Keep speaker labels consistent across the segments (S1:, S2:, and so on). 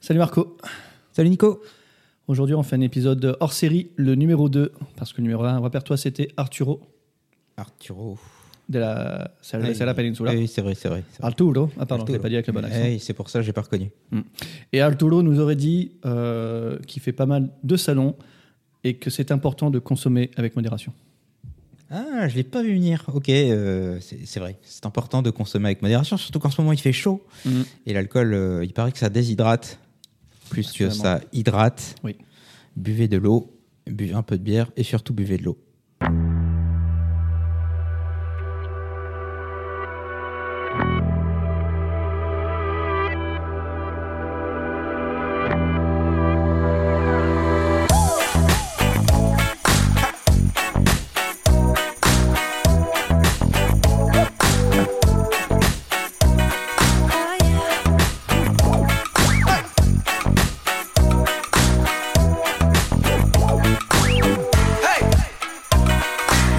S1: Salut Marco.
S2: Salut Nico.
S1: Aujourd'hui, on fait un épisode hors série, le numéro 2, parce que le numéro 1, rappelle-toi, c'était Arturo
S2: Arturo.
S1: de la Sala,
S2: Oui.
S1: Sala Peninsula.
S2: Oui, c'est vrai, c'est vrai. c'est vrai.
S1: Arturo, ah pardon, je l'ai
S2: Arturo.
S1: pas dit avec le bon accent.
S2: Eh, c'est pour ça que j'ai pas reconnu.
S1: Et Arturo nous aurait dit euh, qu'il fait pas mal de salons et que c'est important de consommer avec modération.
S2: Ah, je l'ai pas vu venir. Ok, euh, c'est c'est vrai. C'est important de consommer avec modération, surtout qu'en ce moment il fait chaud.
S1: Mm.
S2: Et l'alcool, euh, il paraît que ça déshydrate plus que
S1: Absolument.
S2: ça hydrate.
S1: Oui.
S2: Buvez de l'eau, buvez un peu de bière et surtout buvez de l'eau.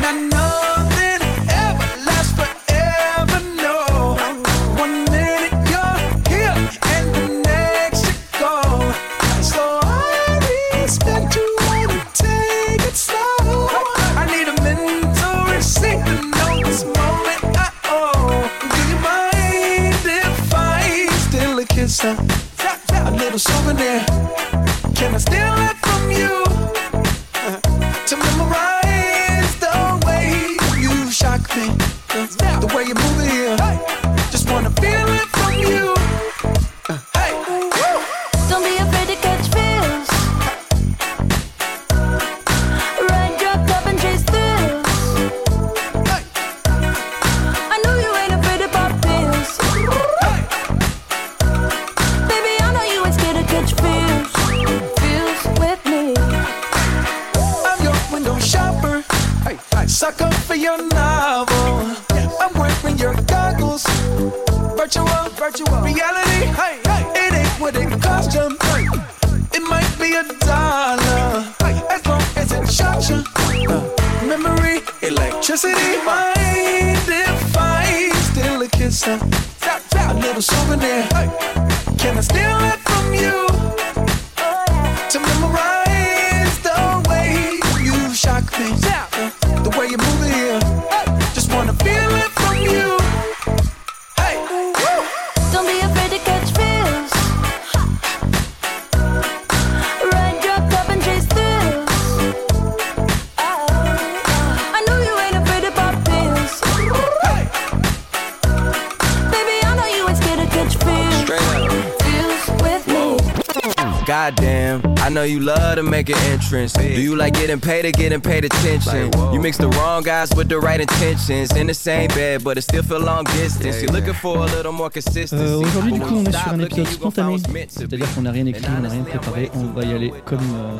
S3: And nothing ever lasts forever, no. One minute you're here and the next you're gone. So I respect you when you take it slow. I need a mentor and seek to know this moment I own. Do you mind if I steal a kiss? A, a little souvenir. Can I steal it from you? to memorize the way you shock me, the, the way you move it here. Just wanna feel it from you. Uh, Hey, woo!
S4: Don't be afraid to catch feels. Ride your cup and chase thrills.
S3: Hey,
S4: I know you ain't afraid to pop pills.
S3: hey.
S4: Baby, I know you ain't scared to catch feels. Feels with me.
S3: I'm your window shopper. Hey, hey. Sucker for your novel. I'm wearing your goggles. Virtual, virtual reality. Hey, hey. It ain't what it cost you. Hey. It might be a dollar. Hey. As long as it shocks you. Uh, memory, electricity, mind if I steal a kiss? Uh, a little souvenir. Hey. Can I steal it from you? to memorize the way you shock me. The way you move it here. Just wanna feel it from you. Hey, woo!
S4: Don't be afraid to catch feels. Ride your cup and chase thrills. I know you ain't afraid to pop pills.
S3: Hey,
S4: Baby, I know you ain't scared to catch feels. Feels with me.
S5: Goddamn, I know you love to make an entrance. Do you like getting paid or getting paid attention? you mix the wrong guys with the right intentions. In the same bed, but it still feel long distance. You're looking for a little more consistency.
S1: Euh, Aujourd'hui, du
S5: But
S1: coup, on
S5: when you stop
S1: est sur un
S5: looking,
S1: épisode
S5: you gon' find
S1: spontané.
S5: what's meant to be.
S1: C'est-à-dire qu'on n'a rien écrit, on n'a rien préparé, on va y aller comme, euh,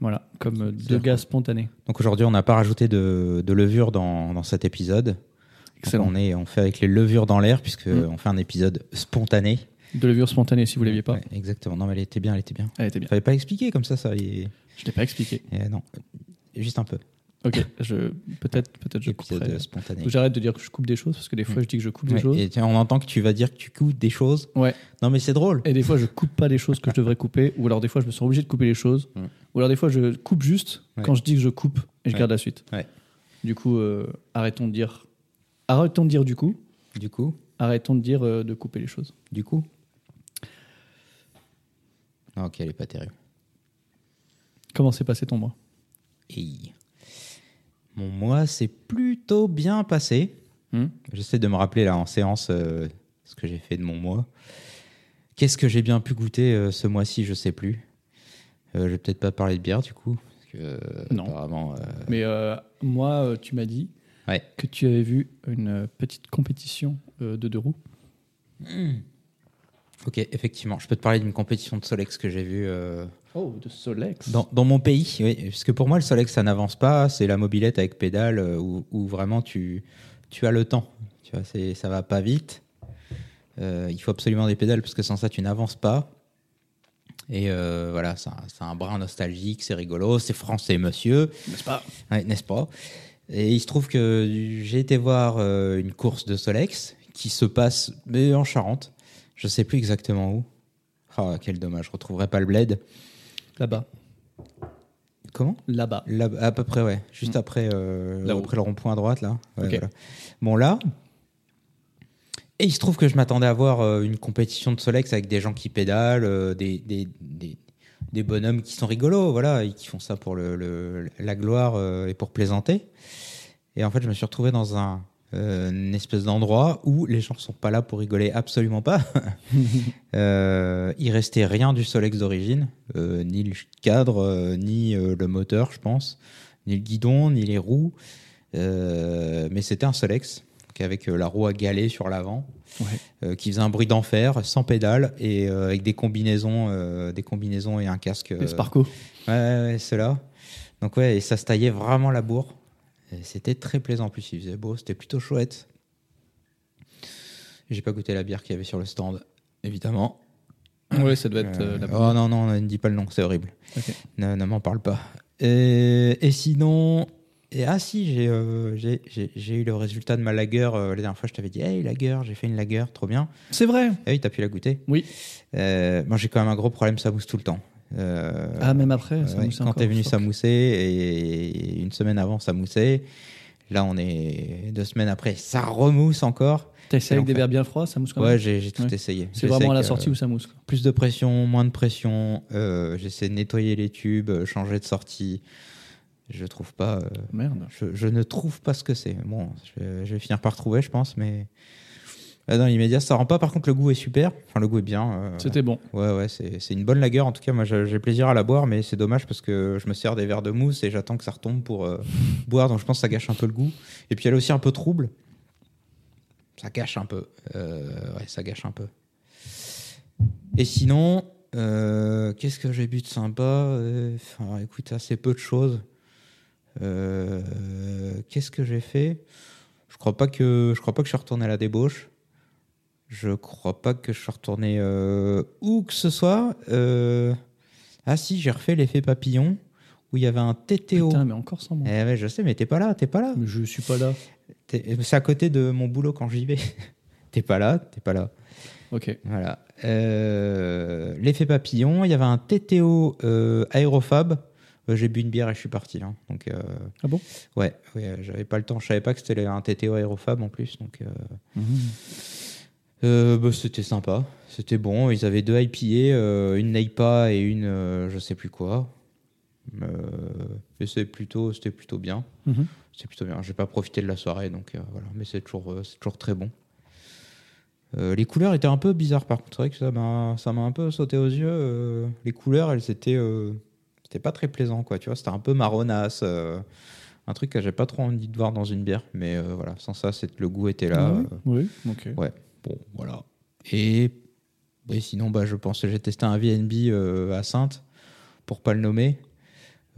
S1: voilà, comme euh, deux gars spontanés.
S2: Donc aujourd'hui, on n'a pas rajouté de, de levure dans, dans cet épisode. Donc
S1: Excellent.
S2: on, est, on fait avec les levures dans l'air, puisque
S1: Mm.
S2: on fait un épisode spontané.
S1: De levure spontanée, si vous ne l'aviez pas.
S2: Ouais, exactement. Non, mais elle était bien, elle était bien.
S1: Elle était bien.
S2: Fallait pas l'expliquer comme ça, ça. il-
S1: Je ne l'ai pas expliqué.
S2: Eh non, juste un peu.
S1: Ok, je peut-être peut-être je
S2: Épisode
S1: couperai.
S2: spontané.
S1: Faut que J'arrête de dire que je coupe des choses parce que des fois je dis que je coupe des
S2: Ouais,
S1: choses.
S2: et tiens, on entend que tu vas dire que tu coupes des choses.
S1: Ouais.
S2: Non, mais c'est drôle.
S1: Et des fois je coupe pas les choses que je devrais couper ou alors des fois je me sens obligé de couper les choses ou alors des fois je coupe juste
S2: Ouais.
S1: quand je dis que je coupe et je
S2: Ouais.
S1: garde la suite.
S2: Ouais.
S1: Du coup euh, arrêtons de dire arrêtons de dire du coup
S2: Du coup,
S1: arrêtons de dire euh, de couper les choses.
S2: du coup. Non, ok, elle est pas terrible.
S1: Comment s'est passé ton mois
S2: Hey. Mon mois s'est plutôt bien passé.
S1: Hmm
S2: J'essaie de me rappeler là en séance euh, ce que j'ai fait de mon mois. Qu'est-ce que j'ai bien pu goûter euh, ce mois-ci, je sais plus. Euh, je vais peut-être pas parler de bière du coup. Parce que, euh,
S1: Non.
S2: Apparemment. euh,
S1: Mais euh, moi euh, tu m'as dit
S2: Ouais.
S1: que tu avais vu une euh, petite compétition euh, de deux roues.
S2: Ok, effectivement, je peux te parler d'une compétition de Solex que j'ai vue. euh,
S1: Oh de Solex.
S2: Dans, dans mon pays, oui, parce que pour moi, le soleil, ça n'avance pas, c'est la mobilette avec pédale euh, où, où vraiment tu, tu as le temps. Tu vois, c'est, ça va pas vite. Euh, il faut absolument des pédales parce que sans ça, tu n'avances pas. Et euh, voilà, c'est un, c'est un brin nostalgique, c'est rigolo, c'est français, monsieur.
S1: N'est-ce pas
S2: Ouais, n'est-ce pas Et il se trouve que j'ai été voir euh, une course de Solex qui se passe mais en Charente. Je sais plus exactement où. Ah, quel dommage, je retrouverai pas le bled.
S1: Là-bas.
S2: Comment
S1: Là-bas.
S2: Là, à peu près, ouais. Juste après, euh,
S1: Là-haut.
S2: après le rond-point à droite, là. Ouais,
S1: Ok.
S2: voilà. Bon, là. Et il se trouve que je m'attendais à voir euh, une compétition de Solex avec des gens qui pédalent, euh, des, des, des, des bonhommes qui sont rigolos, voilà, et qui font ça pour le, le- la gloire euh, et pour plaisanter. Et en fait, je me suis retrouvé dans un euh, une espèce d'endroit où les gens sont pas là pour rigoler, absolument pas. Euh, il restait rien du Solex d'origine, euh, ni le cadre, euh, ni euh, le moteur, je pense, ni le guidon, ni les roues. Euh, mais c'était un Solex donc avec euh, la roue à galet sur l'avant,
S1: Ouais.
S2: euh, qui faisait un bruit d'enfer, sans pédale et euh, avec des combinaisons, euh, des combinaisons et un casque.
S1: Les
S2: euh,
S1: Sparco.
S2: Ouais, ouais, ouais, ceux-là. Donc ouais, et ça se taillait vraiment la bourre. Et C'était très plaisant en plus, il faisait beau, c'était plutôt chouette. J'ai pas goûté la bière qu'il y avait sur le stand, évidemment.
S1: Ouais, ça doit être
S2: Euh,
S1: euh, là-bas.
S2: oh non, non, ne dis pas le nom, c'est horrible.
S1: Ok.
S2: Ne, ne m'en parle pas. Et, et sinon... Et, ah si, j'ai euh, j'ai- j'ai- j'ai eu le résultat de ma lagueur. euh, la dernière fois, je t'avais dit, hey, lagueur, j'ai fait une lagueur, trop bien.
S1: C'est vrai.
S2: Et oui, t'as pu la goûter.
S1: Oui.
S2: Euh, moi, j'ai quand même un gros problème, ça mousse tout le temps. Euh,
S1: Ah, même après,
S2: euh,
S1: ça
S2: ouais,
S1: mousse
S2: quand
S1: encore.
S2: t'es venu,
S1: Fuck.
S2: ça moussait. Et une semaine avant, ça moussait. Là, on est deux semaines après, ça remousse encore.
S1: T'as essayé avec des
S2: l'enfer.
S1: verres bien froids, ça mousse quand même.
S2: Ouais, j'ai j'ai tout
S1: Ah Ouais.
S2: essayé.
S1: C'est vraiment à la
S2: J'essaye,
S1: sortie
S2: euh,
S1: où ça mousse. quoi.
S2: Plus de pression, moins de pression. euh, J'essaie de nettoyer les tubes, euh, changer de sortie. Je trouve pas. euh,
S1: Merde.
S2: je, je ne trouve pas ce que c'est. Bon, je, je vais finir par trouver, je pense, mais. Ah, Dans l'immédiat, ça rend pas. Par contre, le goût est super. Enfin, le goût est bien. euh,
S1: C'était bon.
S2: Ouais, ouais, c'est c'est une bonne lagueur. En tout cas, moi, j'ai j'ai plaisir à la boire, mais c'est dommage parce que je me sers des verres de mousse et j'attends que ça retombe pour euh, boire. Donc, je pense que ça gâche un peu le goût. Et puis, elle est aussi un peu trouble. Ça gâche un peu. Euh, ouais, ça gâche un peu. Et sinon, euh, qu'est-ce que j'ai bu de sympa Euh, Enfin, écoute, assez peu de choses. Euh, qu'est-ce que j'ai fait Je crois pas que je crois pas que je suis retourné à la débauche. Je crois pas que je suis retourné euh, où que ce soit. Euh, Ah si, j'ai refait l'effet papillon où il y avait un TTO.
S1: Putain, mais encore sans moi.
S2: Eh ouais, je sais, mais t'es pas là, t'es pas là.
S1: Mais je suis pas là.
S2: T'es- euh, C'est à côté de mon boulot quand j'y vais. t'es pas là, t'es pas là.
S1: Ok.
S2: Voilà. Euh, L'effet papillon, il y avait un TTO euh, aérophobe. Euh, J'ai bu une bière et je suis parti. hein. Donc, euh,
S1: Ah bon
S2: ouais, ouais, euh, j'avais pas le temps. Je savais pas que c'était un TTO aérophobe en plus. Donc, euh, euh, bah, c'était sympa. C'était bon. Ils avaient deux IPA, euh, une Neipa et une euh, je sais plus quoi. Euh, et c'est plutôt, c'était plutôt bien.
S1: Mhm.
S2: C'est plutôt bien. J'ai pas profité de la soirée, donc euh, voilà. Mais c'est toujours, euh, c'est toujours très bon. Euh, les couleurs étaient un peu bizarres par contre. C'est vrai que ça m'a, ça m'a un peu sauté aux yeux. euh, les couleurs, elles étaient, euh, c'était pas très plaisant quoi. Tu vois, c'était un peu marronasse. euh, un truc que j'ai pas trop envie de voir dans une bière. Mais euh, voilà, sans ça, c'est, le goût était
S1: Ah
S2: là.
S1: ouais
S2: euh,
S1: Oui. Ok.
S2: Ouais, bon, voilà. Et, et sinon, bah, je pense que j'ai testé un VNB euh, à Sainte, pour pas le nommer.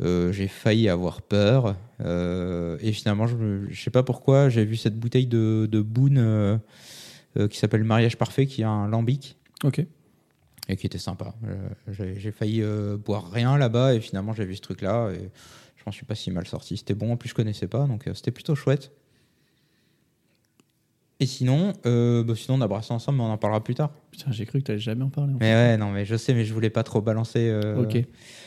S2: Euh, j'ai failli avoir peur. euh, et finalement, je, me- je sais pas pourquoi, j'ai vu cette bouteille de, de Boone euh, euh, qui s'appelle Mariage Parfait, qui a un lambic
S1: Ok.
S2: et qui était sympa. Euh, j'ai- j'ai failli euh, boire rien là-bas et finalement, j'ai vu ce truc-là et je m'en suis pas si mal sorti. C'était bon, en plus, je connaissais pas, donc euh, c'était plutôt chouette. Et sinon, euh, bah, sinon, on a brassé ensemble, mais on en parlera plus tard.
S1: Putain, j'ai cru que t'allais jamais en parler. en fait.
S2: Mais ouais, non, mais je sais, mais je voulais pas trop balancer. euh,
S1: Ok.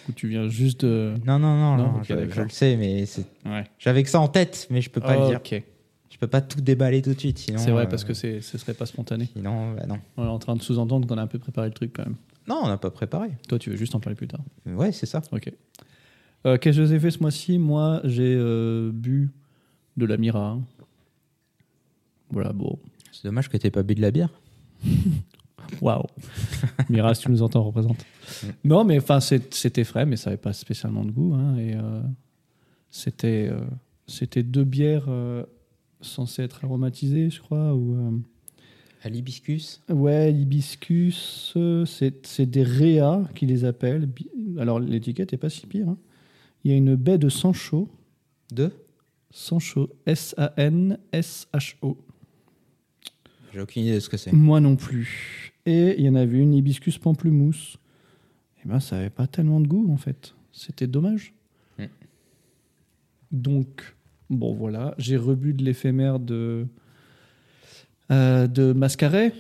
S1: Ou tu viens juste de.
S2: Non, non, non,
S1: Non,
S2: non,
S1: ok,
S2: je,
S1: d'accord.
S2: je le sais, mais c'est-
S1: Ouais.
S2: j'avais que ça en tête, mais je peux pas le dire.
S1: ok.
S2: Je peux pas tout déballer tout de suite, sinon.
S1: C'est vrai,
S2: euh,
S1: parce que c'est- ce serait pas spontané.
S2: Sinon, bah non.
S1: On est en train de sous-entendre qu'on a un peu préparé le truc quand même.
S2: Non, on n'a pas préparé.
S1: Toi, tu veux juste en parler plus tard.
S2: Ouais, c'est ça.
S1: Ok. Euh, Qu'est-ce que j'ai fait ce mois-ci Moi, j'ai euh, bu de la Mira. hein. Voilà, bon.
S2: C'est dommage que t'aies pas bu de la bière.
S1: Waouh. Mira, si tu nous entends, représente. Non, mais enfin, c'est- c'était frais, mais ça n'avait pas spécialement de goût. hein, et euh, c'était euh, c'était deux bières euh, censées être aromatisées, je crois. Ou, euh,
S2: À l'hibiscus.
S1: Ouais, l'hibiscus, euh, c'est c'est des réas qui les appellent. Bi- Alors, l'étiquette est pas si pire. hein. Il y a une baie de Sancho.
S2: Deux
S1: Sancho, S-A-N-S-H-O.
S2: J'ai aucune idée de ce que c'est.
S1: Moi non plus. Et il y en avait une, hibiscus pamplemousse. Eh ben, ça avait pas tellement de goût, en fait. C'était dommage.
S2: Mm.
S1: Donc, bon, voilà. J'ai rebu de l'éphémère de, euh, de Mascaret,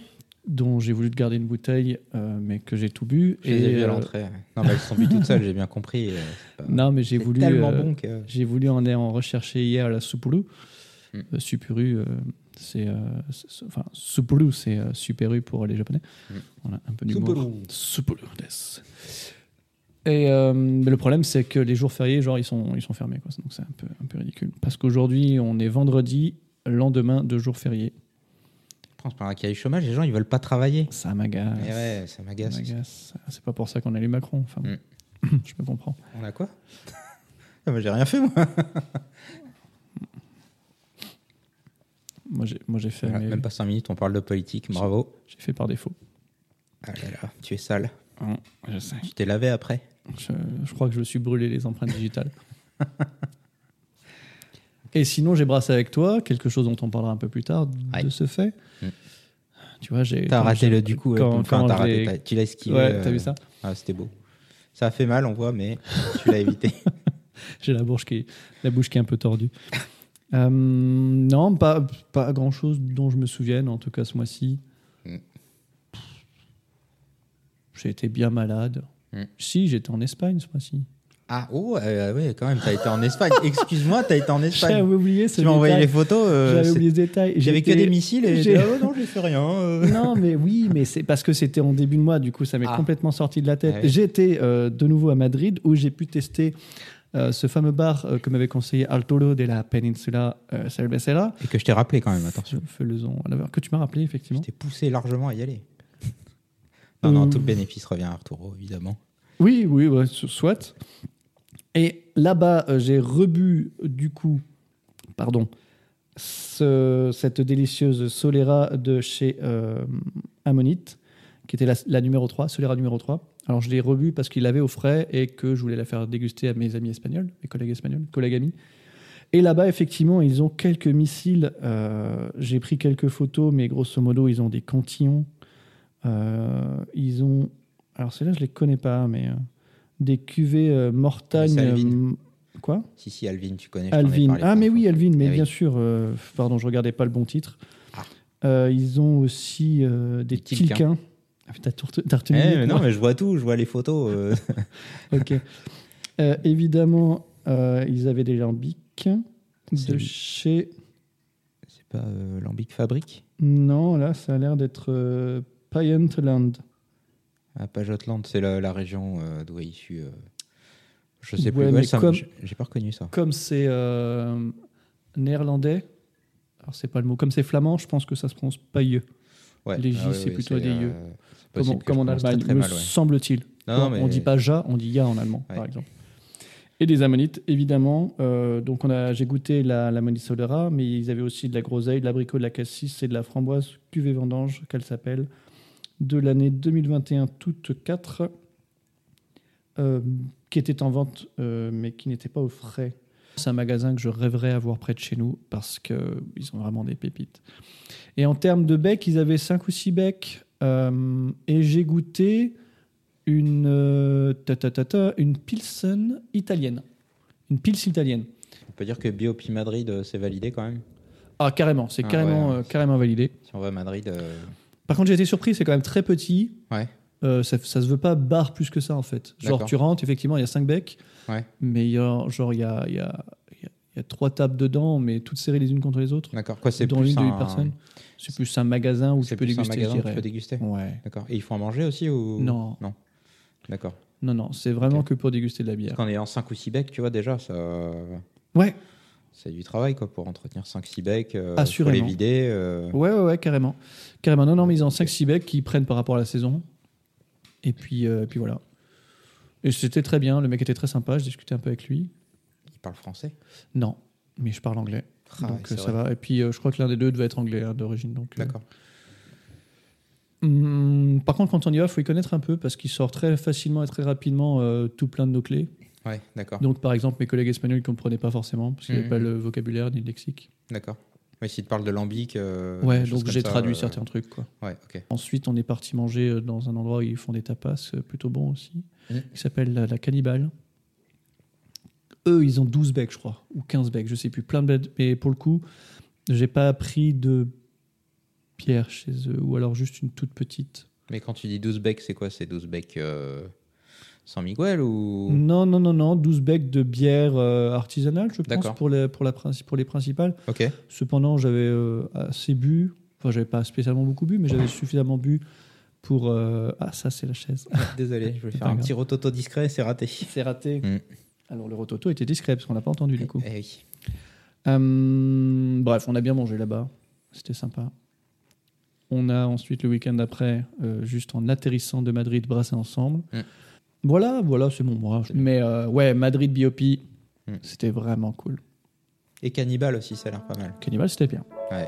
S1: dont j'ai voulu te garder une bouteille, euh, mais que j'ai tout bu.
S2: Je les ai vues à
S1: euh,
S2: l'entrée. ouais. Non, mais elles se sont vues toutes seules, j'ai bien compris. euh, c'est pas-
S1: non, mais j'ai
S2: c'est
S1: voulu.
S2: tellement
S1: euh,
S2: bon que.
S1: J'ai voulu en aller en rechercher hier à la Supuru.
S2: Mm.
S1: Euh, Supuru, euh, c'est. euh, c'est- c'est- enfin, Supuru, c'est euh, Superu pour les Japonais.
S2: Mm.
S1: Voilà, un peu du
S2: Supuru.
S1: Supuru, yes. Et euh, mais le problème, c'est que les jours fériés, genre, ils sont, ils sont fermés. Quoi. Donc c'est un peu, un peu ridicule. Parce qu'aujourd'hui, on est vendredi, lendemain de jours fériés.
S2: Je pense qu'il y a eu chômage, les gens ils veulent pas travailler.
S1: Ça m'agace.
S2: Et Eh ouais, ça
S1: Ça
S2: m'agace.
S1: m'agace. Ah, C'est pas pour ça qu'on a élu Macron. Enfin, bon.
S2: Hmm.
S1: je me comprends.
S2: On a quoi Ah, mais J'ai rien fait moi.
S1: Moi, j'ai moi, j'ai fait,
S2: Voilà,
S1: mes-
S2: Même pas 5 minutes, on parle de politique, bravo.
S1: j'ai fait par défaut. Hein,
S2: Ah là là, tu es sale.
S1: je sais.
S2: Tu t'es lavé après.
S1: Je, je crois que je me suis brûlé les empreintes digitales. Et sinon, j'ai brassé avec toi, quelque chose dont on parlera un peu plus tard, de
S2: Ouais.
S1: ce fait.
S2: Mm.
S1: Tu vois, j'ai.
S2: T'as
S1: quand
S2: raté
S1: j'ai-
S2: le du coup. euh,
S1: Quand,
S2: enfin,
S1: quand
S2: t'as
S1: je
S2: raté,
S1: l'ai-
S2: t'as- tu l'as esquivé.
S1: Ouais, t'as
S2: euh,
S1: vu ça
S2: ah, C'était beau. Ça a fait mal, on voit, mais tu l'as évité.
S1: J'ai la, bouche qui est- la bouche qui est un peu tordue. Euh, non, pas, pas grand chose dont je me souvienne, en tout cas ce mois-ci.
S2: Mm.
S1: J'ai été bien malade.
S2: Mm.
S1: Si, j'étais en Espagne ce mois-ci.
S2: Ah, oh, euh, oui, quand même, t'as été en Espagne. Excuse-moi, t'as été en
S1: J'avais
S2: Espagne.
S1: oublié ce
S2: Tu m'as envoyé
S1: détail.
S2: les photos. euh,
S1: J'avais
S2: c'est-
S1: oublié ce détail.
S2: J'avais que
S1: J'étais-
S2: des missiles et
S1: j'ai-
S2: j'ai dit, oh non, j'ai fait rien. euh.
S1: Non, mais oui, mais c'est parce que c'était en début de mois, du coup, ça m'est
S2: Ah.
S1: complètement sorti de la tête.
S2: Ah oui.
S1: J'étais euh, de nouveau à Madrid où j'ai pu tester euh, ce fameux bar euh, que m'avait conseillé Altolo de la Peninsula euh, Cervecera.
S2: Et que je t'ai rappelé quand même,
S1: Mmh.
S2: attention.
S1: Fais-le-en à l'heure que tu m'as rappelé,
S2: Je
S1: effectivement.
S2: t'ai poussé largement à y aller. Non, non,
S1: Euh.
S2: tout le bénéfice revient à Arturo, évidemment.
S1: Oui, oui, ouais, so- soit. Et là-bas, euh, j'ai rebu, euh, du coup, pardon, ce- cette délicieuse Solera de chez euh, Ammonite, qui était la, la numéro 3, Solera numéro 3. Alors, je l'ai rebu parce qu'il l'avait au frais et que je voulais la faire déguster à mes amis espagnols, mes collègues espagnols, collègues amis. Et là-bas, effectivement, ils ont quelques missiles. euh, j'ai pris quelques photos, mais grosso modo, ils ont des cantillons. Euh, ils ont alors celles-là, je les connais pas, mais euh, des cuvées euh, Mortagne.
S2: C'est Alvin.
S1: euh, quoi
S2: Si, si, Alvin, tu connais. je t'en ai
S1: Alvin.
S2: parlé
S1: Ah,
S2: plein
S1: mais
S2: de
S1: oui,
S2: fois.
S1: Alvin, mais
S2: Eh oui.
S1: bien sûr. euh, pardon, je regardais pas le bon titre.
S2: Ah.
S1: Euh, ils ont aussi euh, des
S2: Des Tilquins.
S1: Tilquins. Ah, mais t'as tout rete- t'as
S2: Eh,
S1: retenu. mieux
S2: mais
S1: que
S2: non,
S1: moi.
S2: mais je vois tout, je vois les photos. euh.
S1: Ok. Euh, évidemment, euh, ils avaient des lambics de
S2: C'est-
S1: chez.
S2: C'est pas euh, Lambic Fabrique
S1: Non, là, ça a l'air d'être euh, Piantland.
S2: À Pajotland, c'est la, la région euh, d'où est issue. euh, Je sais
S1: Ouais,
S2: plus. Ouais,
S1: mais
S2: ça me-
S1: comme-
S2: j'ai- J'ai pas reconnu ça.
S1: Comme c'est euh, néerlandais, alors c'est pas le mot. Comme c'est flamand, je pense que ça se prononce pailleux.
S2: Ouais.
S1: Les J, c'est plutôt des yeux.
S2: euh, c'est possible
S1: Comme,
S2: que
S1: comme
S2: je
S1: en
S2: prononce
S1: Allemagne,
S2: très, très
S1: me
S2: mal, ouais.
S1: semble-t-il.
S2: Non,
S1: On-
S2: mais-
S1: On dit pas ja, on dit ya en allemand,
S2: Ouais.
S1: par exemple. Et des ammonites, évidemment. Euh, donc on a, j'ai goûté la, l'ammonite solera, mais ils avaient aussi de la groseille, de l'abricot, de la cassis et de la framboise cuvée vendange, qu'elle s'appelle, de l'année 2021, toutes quatre, euh, qui était en vente, euh, mais qui n'était pas au frais. C'est un magasin que je rêverais avoir près de chez nous parce qu'ils ont vraiment des pépites. Et en termes de becs, ils avaient 5 ou 6 becs. euh, et j'ai goûté une, euh, ta, ta, ta, ta, une Pilsen italienne. Une Pils italienne.
S2: On peut dire que Biopi Madrid, euh, c'est validé quand même.
S1: Ah, carrément, c'est
S2: Ah,
S1: carrément,
S2: ouais, ouais.
S1: euh, carrément validé.
S2: Si on va à Madrid. euh,
S1: Par contre, j'ai été surpris, c'est quand même très petit.
S2: Ouais.
S1: Euh, ça, ça se veut pas barre plus que ça en fait. Genre,
S2: D'accord.
S1: tu rentres, effectivement, il y a 5 becs,
S2: Ouais.
S1: mais il y a- genre, il y a, il y, a, il y a- il y a trois tables dedans, mais toutes serrées les unes contre les autres.
S2: D'accord. Quoi, c'est
S1: Dans
S2: plus
S1: l'une de huit
S2: un-
S1: personnes, C'est plus un magasin où tu
S2: C'est
S1: peux
S2: plus un
S1: déguster. je
S2: magasin où tu
S1: dirais.
S2: peux déguster.
S1: Ouais.
S2: D'accord. Et il faut en manger aussi ou
S1: Non.
S2: Non. D'accord.
S1: Non, non, c'est vraiment
S2: Ok.
S1: que pour déguster de la bière.
S2: Quand on est en 5 ou 6 becs, tu vois déjà, ça,
S1: Ouais,
S2: c'est du travail quoi pour entretenir 5-6 becs. euh, faut
S1: Assurément.
S2: les vider. euh,
S1: Ouais, ouais, ouais, carrément. Carrément. Non, non, mais ils ont 5-6 becs qu'ils prennent par rapport à la saison. Et puis, euh, et puis voilà. Et c'était très bien. Le mec était très sympa. Je discutais un peu avec lui.
S2: Il parle français.
S1: Non, mais je parle anglais.
S2: Ah, ouais,
S1: donc
S2: c'est
S1: euh, ça
S2: vrai.
S1: va. Et puis, euh, je crois que l'un des deux devait être anglais hein, d'origine. Donc, euh,
S2: D'accord.
S1: hum, par contre, quand on y va, il faut y connaître un peu parce qu'il sort très facilement et très rapidement euh, tout plein de nos clés.
S2: Ouais, d'accord.
S1: Donc, par exemple, mes collègues espagnols ne comprenaient pas forcément parce qu'ils n'avaient
S2: Mhm.
S1: pas le vocabulaire ni le lexique.
S2: D'accord. Mais s'il te parle de lambic. euh,
S1: ouais,
S2: des choses
S1: donc
S2: comme
S1: j'ai
S2: ça,
S1: traduit
S2: euh,
S1: certains trucs, quoi.
S2: Ouais, ok.
S1: Ensuite, on est parti manger euh, dans un endroit où ils font des tapas euh, plutôt bons aussi,
S2: Mhm.
S1: qui s'appelle la, la Cannibale. Eux, ils ont 12 becs, je crois, ou 15 becs, je sais plus, plein de becs. Mais pour le coup, j'ai pas pris de pierre chez eux, ou alors juste une toute petite.
S2: Mais quand tu dis 12 becs, c'est quoi C'est 12 becs euh, sans Miguel ou
S1: Non, non, non, non, 12 becs de bière euh, artisanale, je pense,
S2: D'accord.
S1: pour les, pour, la, princi- pour les principales.
S2: Ok.
S1: Cependant, j'avais euh, assez bu, enfin, j'avais pas spécialement beaucoup bu, mais j'avais suffisamment bu pour. euh, Ah, ça, c'est la chaise.
S2: Désolé, je voulais
S1: C'est
S2: faire
S1: pas
S2: un
S1: grave.
S2: petit rototo discret, c'est raté.
S1: c'est raté.
S2: Mm.
S1: Alors, le rototo était discret, parce qu'on l'a pas entendu du coup.
S2: Eh oui.
S1: Euh, bref, on a bien mangé là-bas. C'était sympa. On a ensuite le week-end d'après, euh, juste en atterrissant de Madrid, brassé ensemble.
S2: Mm.
S1: Voilà, voilà, c'est mon moi. Mais euh, ouais, Madrid Biopi,
S2: Mm.
S1: c'était vraiment cool.
S2: Et Cannibal aussi, ça a l'air pas mal.
S1: Cannibal, c'était bien.
S2: Ouais.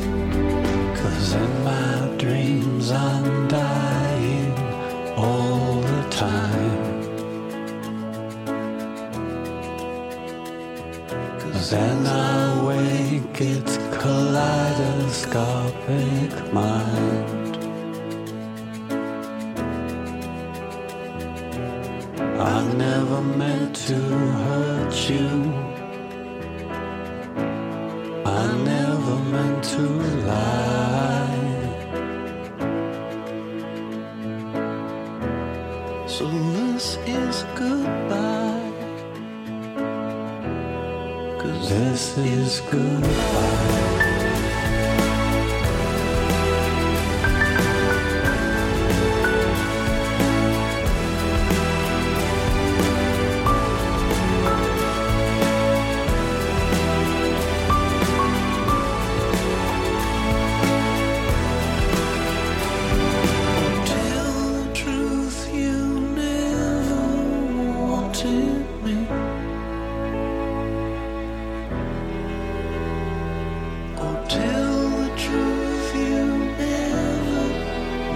S6: Cause in my dreams I'm dying all the time. Cause then I wake, it's kaleidoscopic mind. I never meant to hurt you. I never meant to lie. So this is goodbye. Cause this is goodbye. Tell the truth, you never wanted me. Oh, tell the truth, you never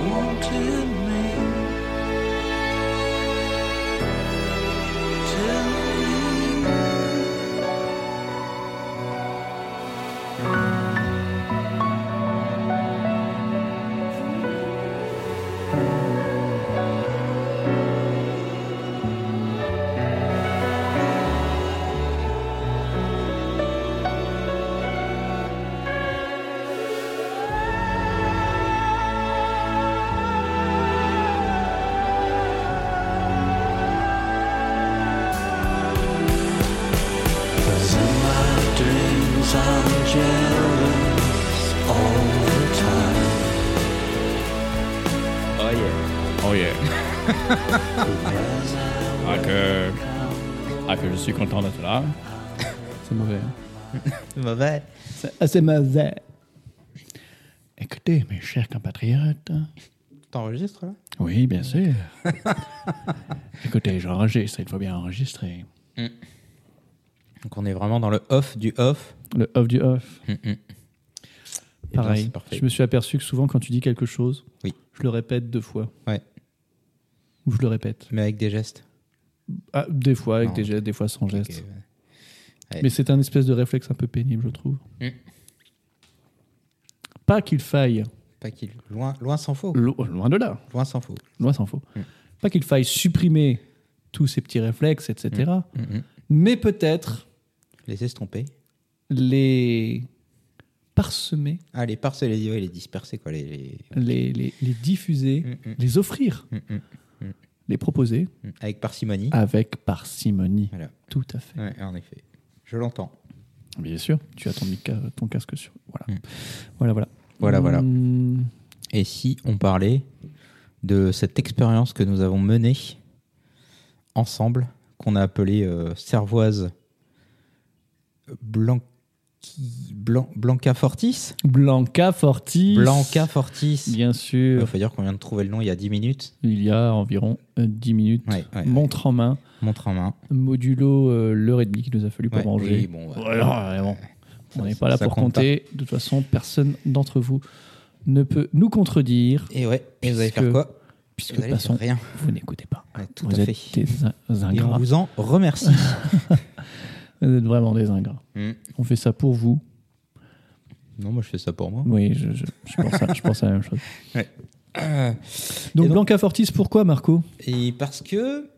S6: wanted me. Tell me. Cause in my dreams I'm jealous all the time.
S7: Oh yeah. ah, que... ah que je suis content d'être là.
S1: C'est mauvais. hein.
S2: Mauvais.
S1: C'est assez mauvais.
S7: Écoutez, mes chers compatriotes,
S2: T'enregistres là
S1: Oui, bien sûr. Écoutez, j'enregistre, il faut bien enregistrer.
S2: Donc on est vraiment dans le off du off.
S1: Le off du off.
S2: Mm-hmm. Eh bien,
S1: Pareil.
S2: c'est parfait.
S1: je me suis aperçu que souvent, quand tu dis quelque chose,
S2: Oui.
S1: je le répète deux fois.
S2: Ouais.
S1: Ou je le répète.
S2: Mais avec des gestes.
S1: Ah, des fois avec
S2: Non.
S1: des gestes, des fois sans gestes.
S2: Ok, ouais.
S1: Mais c'est un espèce de réflexe un peu pénible, je trouve.
S2: Mm.
S1: Pas qu'il faille,
S2: Pas qu'il loin loin s'en faut.
S1: lo- loin de là,
S2: Loin s'en faut.
S1: loin s'en faut,
S2: Mm.
S1: pas qu'il faille supprimer tous ces petits réflexes, etc.
S2: Mhm.
S1: Mais peut-être
S2: Les estomper.
S1: les parsemer,
S2: Ah les parceler, les, ouais, les disperser quoi. Les, les-
S1: les, les- les diffuser,
S2: Mm, mm.
S1: les offrir,
S2: Mm, mm,
S1: les proposer
S2: mm. Avec parcimonie.
S1: avec parcimonie.
S2: Voilà.
S1: Tout à fait.
S2: Ouais, en effet. Je l'entends.
S1: Bien sûr, tu as ton, mica- ton casque sur. Voilà,
S2: Mm.
S1: voilà, voilà.
S2: Voilà, voilà.
S1: Hum,
S2: Mm. Et si on parlait de cette expérience que nous avons menée ensemble, qu'on a appelée euh, Servoise Blanqui- Blan- Blanca Fortis
S1: Blanca Fortis.
S2: Blanca Fortis
S1: Bien
S2: Il
S1: sûr,
S2: faut dire qu'on vient de trouver le nom il y a 10 minutes.
S1: il y a environ euh, 10 minutes.
S2: Ouais, ouais, ouais.
S1: montre en main,
S2: Montre en main.
S1: modulo euh, l'heure et demie qu'il nous a fallu pour
S2: Ouais,
S1: manger.
S2: oui, bon, ouais.
S1: Voilà, vraiment. On
S2: Ça-
S1: n'est pas là
S2: ça
S1: pour
S2: compte
S1: compter. De toute façon, personne d'entre vous ne peut nous contredire,
S2: Et ouais, et vous allez
S1: Puisque-
S2: faire quoi
S1: puisque
S2: Vous
S1: de toute
S2: allez
S1: façon,
S2: faire rien.
S1: vous n'écoutez pas.
S2: Ouais, tout
S1: vous
S2: à
S1: êtes
S2: fait.
S1: des in-
S2: Et on
S1: ingrats.
S2: vous en remercie.
S1: Vous êtes vraiment des ingrats.
S2: Mm.
S1: On fait ça pour vous.
S2: Non, moi je fais ça pour moi.
S1: Oui, je, je- je pense, à, je pense à la même chose.
S2: Ouais.
S1: Donc,
S2: Et donc-
S1: Blanca Fortis, pourquoi, Marco
S2: Euh, Et parce que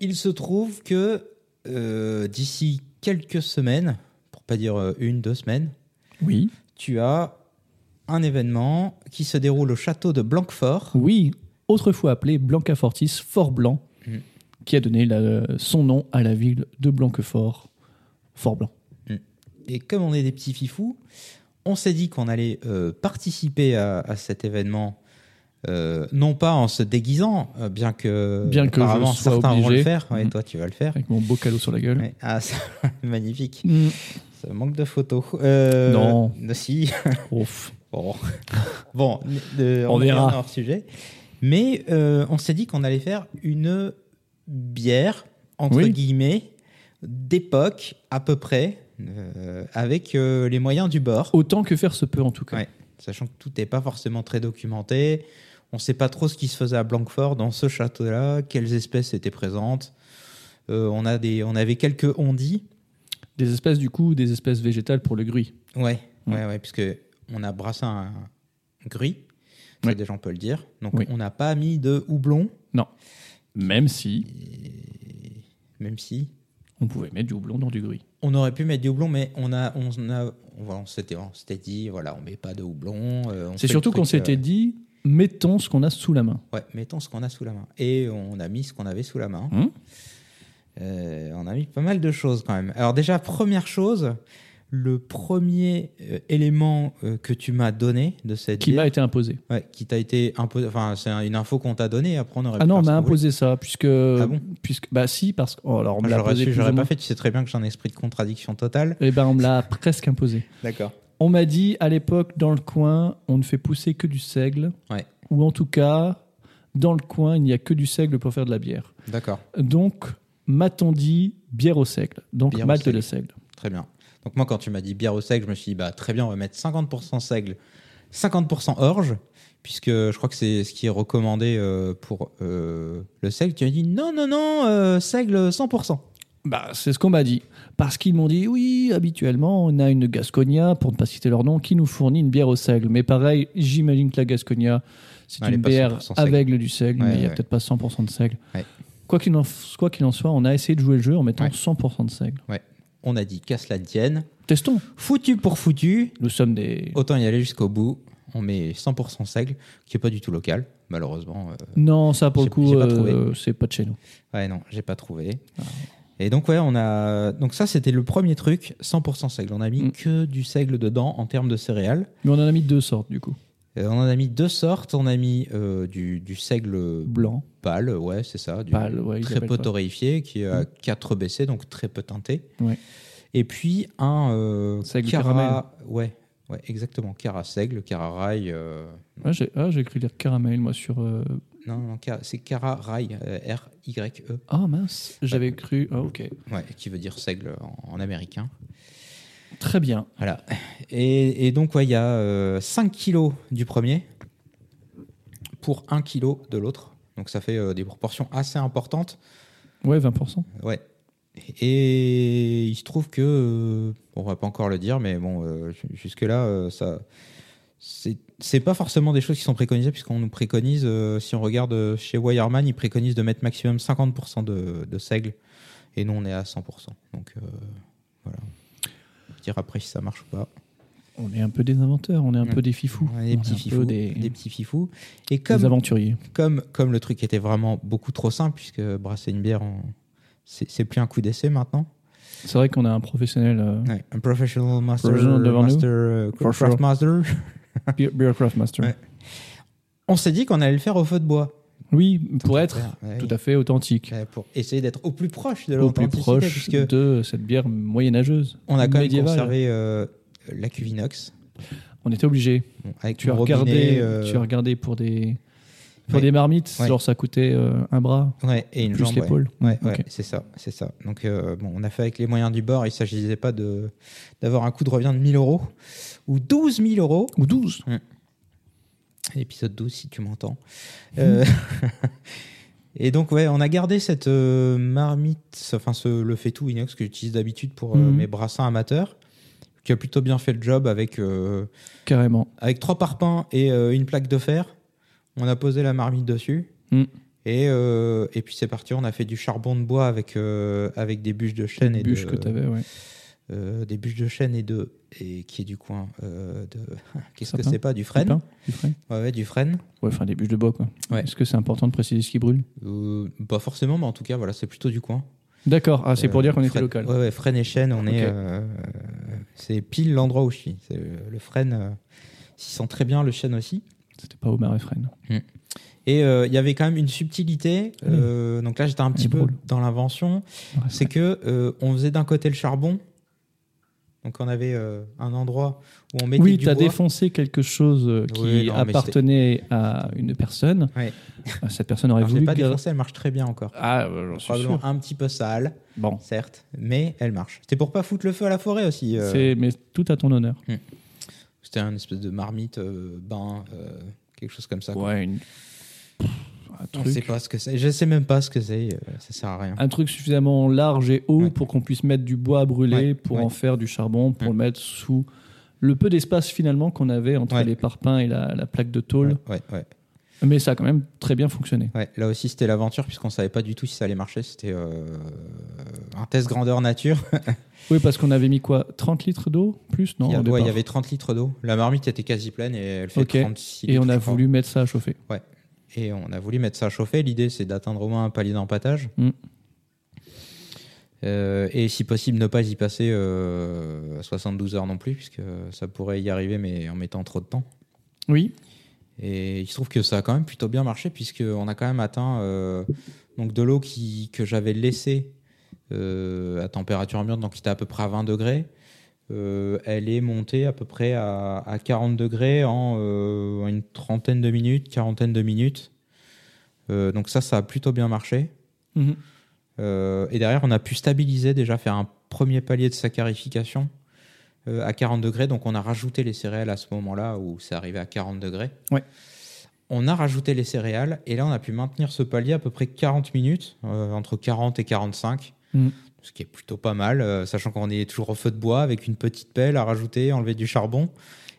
S2: il se trouve que euh, d'ici quelques semaines, pour pas dire euh, une, deux semaines,
S1: Oui.
S2: tu as un événement qui se déroule au château de Blanquefort.
S1: Oui, autrefois appelé Blanca Fortis, Fort Blanc,
S2: Mm.
S1: qui a donné la- son nom à la ville de Blanquefort, Fort Blanc.
S2: Et comme on est des petits fifous, on s'est dit qu'on allait euh, participer à, à cet événement, euh, non pas en se déguisant, euh, bien que,
S1: Bien que je
S2: apparemment
S1: sois
S2: certains vont le
S1: obligé.
S2: faire. Ouais,
S1: Mhm.
S2: Toi, tu vas le faire.
S1: Avec mon beau calot sur la gueule.
S2: Ouais. Ah, ça- magnifique.
S1: Mm.
S2: Ça manque de photos. Euh,
S1: Non.
S2: Si.
S1: Ouf.
S2: Bon, Bon, euh,
S1: On
S2: est
S1: verra.
S2: bien hors sujet. Mais euh, on s'est dit qu'on allait faire une bière, entre
S1: Oui.
S2: guillemets, d'époque à peu près, euh, avec euh, les moyens du bord.
S1: Autant que faire se peut, en tout cas.
S2: Ouais. Sachant que tout n'est pas forcément très documenté. On ne sait pas trop ce qui se faisait à Blanquefort dans ce château-là, quelles espèces étaient présentes. Euh, on, a des, on avait quelques ondits.
S1: Des espèces, du coup, des espèces végétales pour le gruy.
S2: Ouais,
S1: Mm.
S2: ouais, ouais, puisque on a brassé un gris, ça,
S1: Ouais.
S2: déjà on peut le dire. Donc
S1: Oui.
S2: on n'a pas mis de houblon,
S1: Même si
S2: même si
S1: on pouvait mettre du houblon dans du gruy.
S2: on aurait pu mettre du houblon, mais on a, on a, on, voilà, on s'était, on s'était dit, voilà, on met pas de houblon. euh, on fait
S1: C'est
S2: le
S1: surtout
S2: truc,
S1: qu'on s'était
S2: euh,
S1: dit, mettons ce qu'on a sous la main.
S2: Ouais, mettons ce qu'on a sous la main. Et on a mis ce qu'on avait sous la main.
S1: Mm.
S2: Euh, on a mis pas mal de choses quand même. Alors déjà, première chose, le premier euh, élément euh, que tu m'as donné de cette
S1: Qui
S2: bière-
S1: m'a été imposé.
S2: Ouais, qui t'a été imposé. Enfin, c'est un- une info qu'on t'a donnée. Après, on aurait
S1: Ah
S2: pu
S1: non, on
S2: faire ce
S1: m'a
S2: qu'on voulait.
S1: imposé ça, puisque.
S2: Ah bon
S1: puisque bah si, parce que. oh, alors, on me
S2: Moi,
S1: l'a
S2: J'aurais
S1: imposé
S2: su,
S1: plus ou
S2: j'aurais
S1: moins.
S2: pas fait. Tu sais très bien que j'ai un esprit de contradiction totale.
S1: Eh ben, on me l'a presque imposé.
S2: D'accord.
S1: On m'a dit à l'époque, dans le coin, on ne fait pousser que du seigle.
S2: Ouais.
S1: Ou en tout cas, dans le coin, il n'y a que du seigle pour faire de la bière.
S2: D'accord.
S1: Donc, m'a-t-on dit bière au seigle Donc,
S2: Bière au
S1: malte
S2: seigle.
S1: de seigle.
S2: Très bien. Donc moi, quand tu m'as dit bière au seigle, je me suis dit bah très bien, on va mettre 50% seigle, 50% orge, puisque je crois que c'est ce qui est recommandé euh, pour euh, le seigle. Tu m'as dit non, non, non, euh, seigle 100%.
S1: Bah, c'est ce qu'on m'a dit. Parce qu'ils m'ont dit, oui, habituellement, on a une Gasconia, pour ne pas citer leur nom, qui nous fournit une bière au seigle. Mais pareil, j'imagine que la Gasconia, c'est
S2: Non, elle
S1: une
S2: est pas
S1: bière
S2: 100% seigle.
S1: avec le du seigle,
S2: Ouais,
S1: mais il n'y a
S2: ouais.
S1: peut-être pas 100% de seigle.
S2: Ouais.
S1: Quoi qu'il en, f- quoi qu'il en soit, on a essayé de jouer le jeu en mettant
S2: Ouais.
S1: 100% de seigle.
S2: Ouais. On a dit qu'à cela ne tienne.
S1: Testons.
S2: Foutu pour foutu,
S1: Nous sommes des.
S2: autant y aller jusqu'au bout. On met 100% seigle, qui est pas du tout local, malheureusement. euh,
S1: Non, ça pour
S2: J'ai-
S1: le coup,
S2: j'ai pas
S1: euh, c'est pas de chez nous.
S2: Ouais, non, j'ai pas trouvé. Et donc, ouais, on a. Donc, ça, c'était le premier truc, 100% seigle. On a mis
S1: Mm.
S2: que du seigle dedans en termes de céréales.
S1: Mais on en a mis deux sortes du coup.
S2: Euh, on en a mis deux sortes. On a mis euh, du, du seigle
S1: Blanc.
S2: pâle, ouais, c'est ça. Du
S1: Pâle, ouais, ils
S2: très
S1: appellent
S2: peu
S1: ça.
S2: torréfié, qui est à 4 BC, donc très peu teinté.
S1: Mm. Ouais.
S2: Et puis, un. euh,
S1: Seigle
S2: cara-
S1: caramel.
S2: Ouais. Ouais, exactement. Cara Seigle, Cara Rai. euh,
S1: Ouais, j'ai ah, j'ai cru lire caramel, moi, sur. euh,
S2: Non, non, Cara- c'est Cara Rai, euh, R-Y-E,
S1: Ah mince, j'avais cru. Ah, ok.
S2: ouais, qui veut dire seigle en, en américain.
S1: Très bien.
S2: Voilà. Et, et donc, ouais, il y a euh, 5 kilos du premier pour 1 kilo de l'autre. Donc, ça fait euh, des proportions assez importantes.
S1: Ouais, 20%.
S2: Ouais. Et il se trouve que, euh, on va pas encore le dire, mais bon, euh, jus- jusque-là, euh, ça, c'est c'est pas forcément des choses qui sont préconisées, puisqu'on nous préconise, euh, si on regarde euh, chez Wireman, ils préconisent de mettre maximum 50% de, de seigle, et nous on est à 100%. Donc euh, voilà. On va Dire après si ça marche ou pas.
S1: On est un peu des inventeurs, on est un
S2: Ouais.
S1: peu des fifous.
S2: On a
S1: On est
S2: des
S1: un
S2: petits
S1: peu
S2: fifous.
S1: des-
S2: Des petits fifous. Et
S1: des
S2: comme
S1: aventuriers.
S2: comme, comme le truc était vraiment beaucoup trop simple, puisque brasser une bière, on- c'est c'est plus un coup d'essai maintenant.
S1: C'est vrai qu'on a un professionnel euh,
S2: Ouais, un professional master,
S1: Professional devant nous.
S2: master, euh,
S1: For
S2: craft
S1: sure.
S2: master.
S1: Beer- Beercraft Master.
S2: Ouais. On s'est dit qu'on allait le faire au feu de bois.
S1: Oui, pour être
S2: Ouais,
S1: tout
S2: oui.
S1: à fait authentique.
S2: Ouais, Pour essayer d'être au plus proche de
S1: Au plus
S2: l'authenticité,
S1: proche
S2: puisque
S1: de cette bière moyenâgeuse.
S2: on a quand même
S1: médiévale.
S2: conservé euh, la cuve inox.
S1: On était obligé.
S2: Bon, avec
S1: Tu as,
S2: le robinet,
S1: regardé,
S2: euh,
S1: tu as regardé pour des, pour
S2: ouais.
S1: des marmites,
S2: Ouais.
S1: genre ça coûtait euh, un bras
S2: ouais, et une
S1: plus
S2: jambe. ouais.
S1: l'épaule.
S2: Ouais, ouais,
S1: Ok.
S2: c'est ça, c'est ça. Donc euh, bon, on a fait avec les moyens du bord. Il s'agissait pas de d'avoir un coût de revient de 1000 euros ou 12 000 euros.
S1: Ou 12.
S2: Épisode 12, si tu m'entends. Euh, et donc, ouais, on a gardé cette euh, marmite, enfin, ce, le tout inox que j'utilise d'habitude pour euh,
S1: Mhm.
S2: mes brassins amateurs, qui a plutôt bien fait le job avec, euh,
S1: Carrément.
S2: avec trois parpaings et euh, une plaque de fer. On a posé la marmite dessus.
S1: Mhm.
S2: Et, euh, et puis c'est parti, on a fait du charbon de bois avec, euh, avec des bûches de chêne et
S1: Bûche
S2: de,
S1: que t'avais, ouais.
S2: euh, des bûches de chêne et de et qui est du coin euh, de qu'est-ce que
S1: Sapin.
S2: c'est pas du
S1: Du
S2: frêne
S1: pain, du frais.
S2: ouais, ouais, du frêne
S1: Ouais, enfin des bûches de bois, quoi.
S2: Ouais.
S1: Est-ce que c'est important de préciser ce qui brûle
S2: Euh, pas forcément, mais en tout cas, voilà, c'est plutôt du coin.
S1: D'accord, ah, c'est pour
S2: Euh,
S1: dire qu'on était
S2: Fresnes-
S1: local.
S2: Ouais, ouais, Fresnes et Chêne, on est.
S1: Ok.
S2: euh, c'est pile l'endroit où je suis. C'est le, le Fresne euh, s'y sent très bien, le Chêne aussi.
S1: C'était pas Omar et Fresnes.
S2: Et euh, il y avait quand même une subtilité. euh, donc là, j'étais un petit peu
S1: drôle.
S2: dans l'invention.
S1: Ouais,
S2: C'est que euh, on faisait d'un côté le charbon. Donc on avait euh, un endroit où on mettait
S1: Oui,
S2: du
S1: t'as
S2: bois.
S1: défoncé quelque chose euh, qui
S2: Oui, non, mais c'était-
S1: appartenait à une personne.
S2: Ouais.
S1: Ah, Cette personne aurait
S2: Alors, je l'ai
S1: voulu.
S2: pas
S1: gar-
S2: défoncé, elle marche très bien encore.
S1: Ah, euh, j'en suis
S2: Probablement
S1: sûr.
S2: un petit peu sale,
S1: Bon,
S2: certes, mais elle marche. C'était pour pas foutre le feu à la forêt aussi. euh.
S1: c'est mais tout à ton honneur.
S2: C'était un espèce de marmite, euh, bain, euh, quelque chose comme ça. quoi.
S1: Ouais, une- un
S2: On sait
S1: truc.
S2: pas ce que c'est. Je sais même pas ce que c'est. euh, ça sert à rien.
S1: Un truc suffisamment large et haut
S2: Ouais.
S1: pour qu'on puisse mettre du bois à brûler,
S2: Ouais,
S1: pour
S2: ouais.
S1: en faire du charbon, pour
S2: Ouais.
S1: le mettre sous le peu d'espace finalement qu'on avait entre
S2: Ouais.
S1: les parpaings et la, la plaque de
S2: Ouais,
S1: tôle.
S2: ouais, ouais,
S1: Mais ça a quand même très bien fonctionné.
S2: ouais. Là aussi, c'était l'aventure puisqu'on savait pas du tout si ça allait marcher. C'était euh, un test grandeur nature.
S1: Oui, parce qu'on avait mis quoi 30 litres d'eau Plus Non,
S2: il, y a-
S1: au
S2: ouais, il y
S1: départ.
S2: avait 30 litres d'eau. La marmite était quasi pleine et elle fait
S1: Ok.
S2: 36
S1: Et
S2: litres,
S1: on a
S2: je crois.
S1: voulu mettre ça à chauffer.
S2: Et on a voulu mettre ça à chauffer. L'idée, c'est d'atteindre au moins un palier d'empâtage.
S1: Mm.
S2: Euh, et si possible, ne pas y passer euh, 72 heures non plus, puisque ça pourrait y arriver, mais en mettant trop de temps.
S1: Oui,
S2: Et il se trouve que ça a quand même plutôt bien marché, puisqu'on a quand même atteint euh, donc de l'eau qui, que j'avais laissée euh, à température ambiante, donc qui était à peu près à 20 degrés. Euh, elle est montée à peu près à, à 40 degrés en euh, une trentaine de minutes, quarantaine de minutes. Euh, donc ça, ça a plutôt bien marché.
S1: Mhm.
S2: Euh, et derrière, on a pu stabiliser, déjà faire un premier palier de saccharification euh, à 40 degrés. Donc on a rajouté les céréales à ce moment-là où c'est arrivé à 40 degrés.
S1: Ouais.
S2: On a rajouté les céréales et là on a pu maintenir ce palier à peu près 40 minutes, euh, entre 40 et 45,
S1: Mhm.
S2: ce qui est plutôt pas mal, euh, sachant qu'on est toujours au feu de bois avec une petite pelle à rajouter, enlever du charbon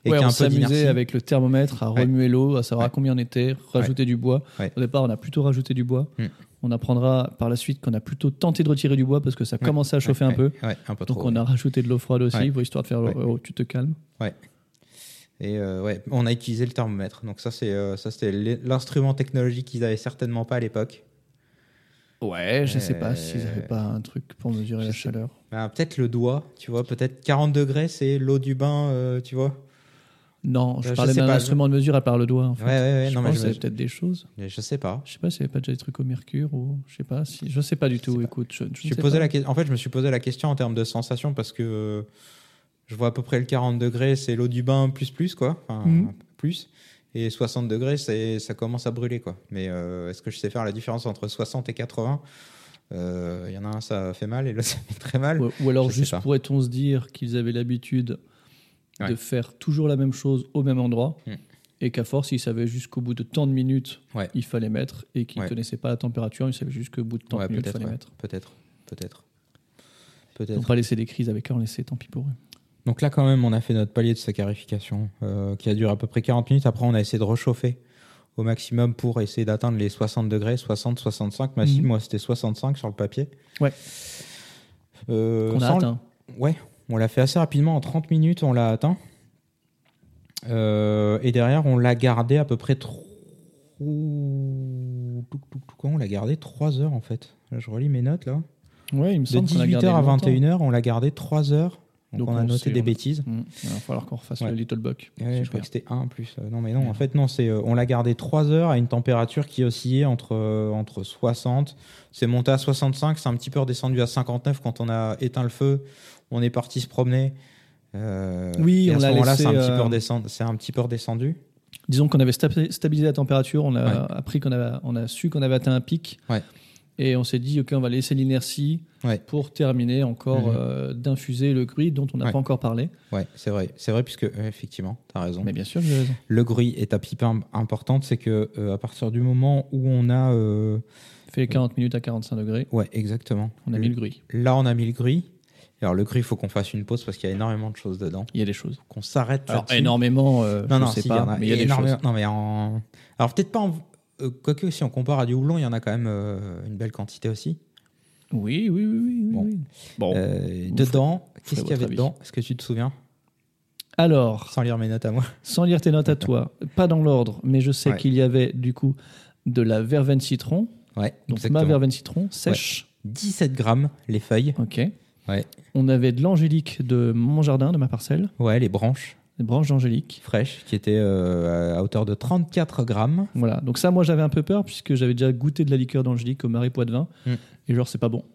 S2: et
S1: Ouais,
S2: qu'il y a
S1: on
S2: un peu d'inertie.
S1: s'amusait avec le thermomètre à
S2: Ouais.
S1: remuer l'eau, à savoir à
S2: Ouais.
S1: combien on était, rajouter du bois.
S2: Ouais.
S1: Au départ, on a plutôt rajouté du bois.
S2: Hmm.
S1: On apprendra par la suite qu'on a plutôt tenté de retirer du bois parce que ça
S2: Ouais.
S1: commençait à chauffer
S2: Ouais,
S1: un peu.
S2: ouais, un peu
S1: Donc
S2: trop.
S1: on a rajouté de l'eau froide aussi,
S2: Ouais.
S1: pour histoire de faire le-
S2: Ouais.
S1: oh, tu te calmes.
S2: Et euh, ouais, on a utilisé le thermomètre. Donc ça, c'est euh, ça, c'était l'in- l'instrument technologique qu'ils avaient certainement pas à l'époque.
S1: Ouais, je sais pas
S2: Euh,
S1: s'ils avaient pas un truc pour mesurer
S2: je
S1: la
S2: sais-
S1: chaleur.
S2: Bah, peut-être le doigt, tu vois. Peut-être 40 degrés, c'est l'eau du bain, euh, tu vois.
S1: Non,
S2: Euh,
S1: je
S2: je
S1: parlais
S2: sais
S1: d'un
S2: pas, je-
S1: instrument de mesure à part le doigt. En fait.
S2: Ouais, ouais, ouais.
S1: je
S2: non, mais
S1: pense
S2: je,
S1: que c'est peut-être des choses.
S2: mais je sais pas.
S1: Je sais pas, s'il y avait pas déjà des trucs au mercure ou je sais pas. Si... Je sais pas du tout.
S2: pas.
S1: Écoute, je, je
S2: Je me
S1: ne
S2: suis
S1: sais
S2: posé
S1: pas.
S2: la que- En fait, je me suis posé la question en termes de sensation parce que euh, je vois à peu près le 40 degrés, c'est l'eau du bain plus plus quoi, enfin,
S1: Mhm.
S2: plus. Et 60 degrés, c'est ça commence à brûler quoi. Mais euh, est-ce que je sais faire la différence entre 60 et 80 Euh, Il y en a un, ça fait mal et l'autre, ça fait très mal.
S1: Ou, ou alors
S2: Je sais
S1: juste
S2: pas.
S1: pourrait-on se dire qu'ils avaient l'habitude
S2: Ouais.
S1: de faire toujours la même chose au même endroit
S2: Hmm.
S1: et qu'à force ils savaient jusqu'au bout de tant de minutes
S2: Ouais.
S1: il fallait mettre et qu'ils ne
S2: Ouais.
S1: connaissaient pas la température, ils savaient jusqu'au bout de tant
S2: Ouais,
S1: de minutes il
S2: peut-être,
S1: fallait
S2: ouais.
S1: mettre.
S2: peut-être, peut-être,
S1: Ils n'ont
S2: peut-être.
S1: pas laissé des crises avec eux, on laissait, tant pis pour eux.
S2: Donc là, quand même, on a fait notre palier de sacarification euh, qui a duré à peu près 40 minutes. Après, on a essayé de rechauffer au maximum pour essayer d'atteindre les 60 degrés, 60, 65. Ma cible,
S1: Mhm.
S2: moi, c'était 65 sur le papier.
S1: Ouais.
S2: Euh,
S1: on a
S2: sans le-
S1: atteint.
S2: Ouais, on l'a fait assez rapidement. En 30 minutes, on l'a atteint. Euh, et derrière, on l'a gardé à peu près trop. On l'a gardé 3 heures en fait. Là, je relis mes notes là.
S1: Ouais, il me
S2: De
S1: semble qu'on a
S2: 18h
S1: gardé
S2: à
S1: longtemps.
S2: 21h, on l'a gardé 3 heures. Donc,
S1: Donc,
S2: on a
S1: on
S2: noté
S1: sait,
S2: des
S1: on-
S2: bêtises.
S1: Hmm, Il va falloir qu'on refasse
S2: Ouais.
S1: le Little Buck.
S2: Ouais,
S1: si
S2: je
S1: je
S2: crois
S1: regarde.
S2: que c'était 1 en plus. Euh, non, mais non,
S1: Ouais.
S2: en fait, non, c'est, euh, on l'a gardé 3 heures à une température qui oscillait entre, euh, entre 60. C'est monté à 65, c'est un petit peu redescendu à 59 quand on a éteint le feu. On est parti se promener. Euh,
S1: Oui,
S2: et à
S1: on
S2: ce
S1: l'a
S2: moment-là,
S1: laissé,
S2: c'est un, petit
S1: euh,
S2: peu redescend- c'est un petit peu redescendu.
S1: Disons qu'on avait sta- stabilisé la température, on a appris qu'on avait, on a su qu'on avait atteint un pic.
S2: Ouais.
S1: Et on s'est dit, OK, on va laisser l'inertie
S2: Ouais.
S1: pour terminer encore
S2: Mhm.
S1: euh, d'infuser le gris dont on n'a
S2: Ouais.
S1: pas encore parlé.
S2: Ouais, c'est vrai. C'est vrai, puisque, ouais, effectivement, t'as raison.
S1: Mais bien sûr, j'ai raison.
S2: Le bruit est un petit peu im- importante, c'est que euh, à partir du moment où on a. euh,
S1: Fait 40 minutes à 45 degrés,
S2: Ouais, exactement.
S1: on a mis le gris.
S2: Là, on a mis le gris. Alors, le gris, il faut qu'on fasse une pause parce qu'il y a énormément de choses dedans.
S1: Il y a des choses.
S2: Qu'on s'arrête
S1: Alors,
S2: là-dessus.
S1: énormément, euh,
S2: Non,
S1: je
S2: non,
S1: sais
S2: si,
S1: pas,
S2: il y en a,
S1: mais il y a des
S2: énormément.
S1: choses.
S2: Non, mais en... Alors, peut-être pas en... euh, Quoique, si on compare à du houblon, il y en a quand même euh, une belle quantité aussi.
S1: Oui, oui, oui. oui, oui,
S2: Bon.
S1: oui. bon.
S2: Euh,
S1: vous
S2: dedans,
S1: ferez
S2: qu'est-ce qu'il y avait
S1: votre
S2: dedans Est-ce que tu te souviens
S1: Alors,
S2: Sans lire mes notes à moi.
S1: sans lire tes notes à toi, pas dans l'ordre, mais je sais
S2: Ouais.
S1: qu'il y avait du coup de la verveine citron,
S2: Ouais,
S1: donc
S2: exactement.
S1: ma verveine citron sèche.
S2: 17 grammes, les feuilles.
S1: Ok.
S2: Ouais.
S1: On avait de l'angélique de mon jardin, de ma parcelle,
S2: Ouais, les branches
S1: des branches d'angélique.
S2: fraîches qui étaient euh, à hauteur de 34 grammes.
S1: Voilà. Donc ça, moi, j'avais un peu peur puisque j'avais déjà goûté de la liqueur d'angélique au marais Poitevin.
S2: Mm.
S1: Et genre, c'est pas bon.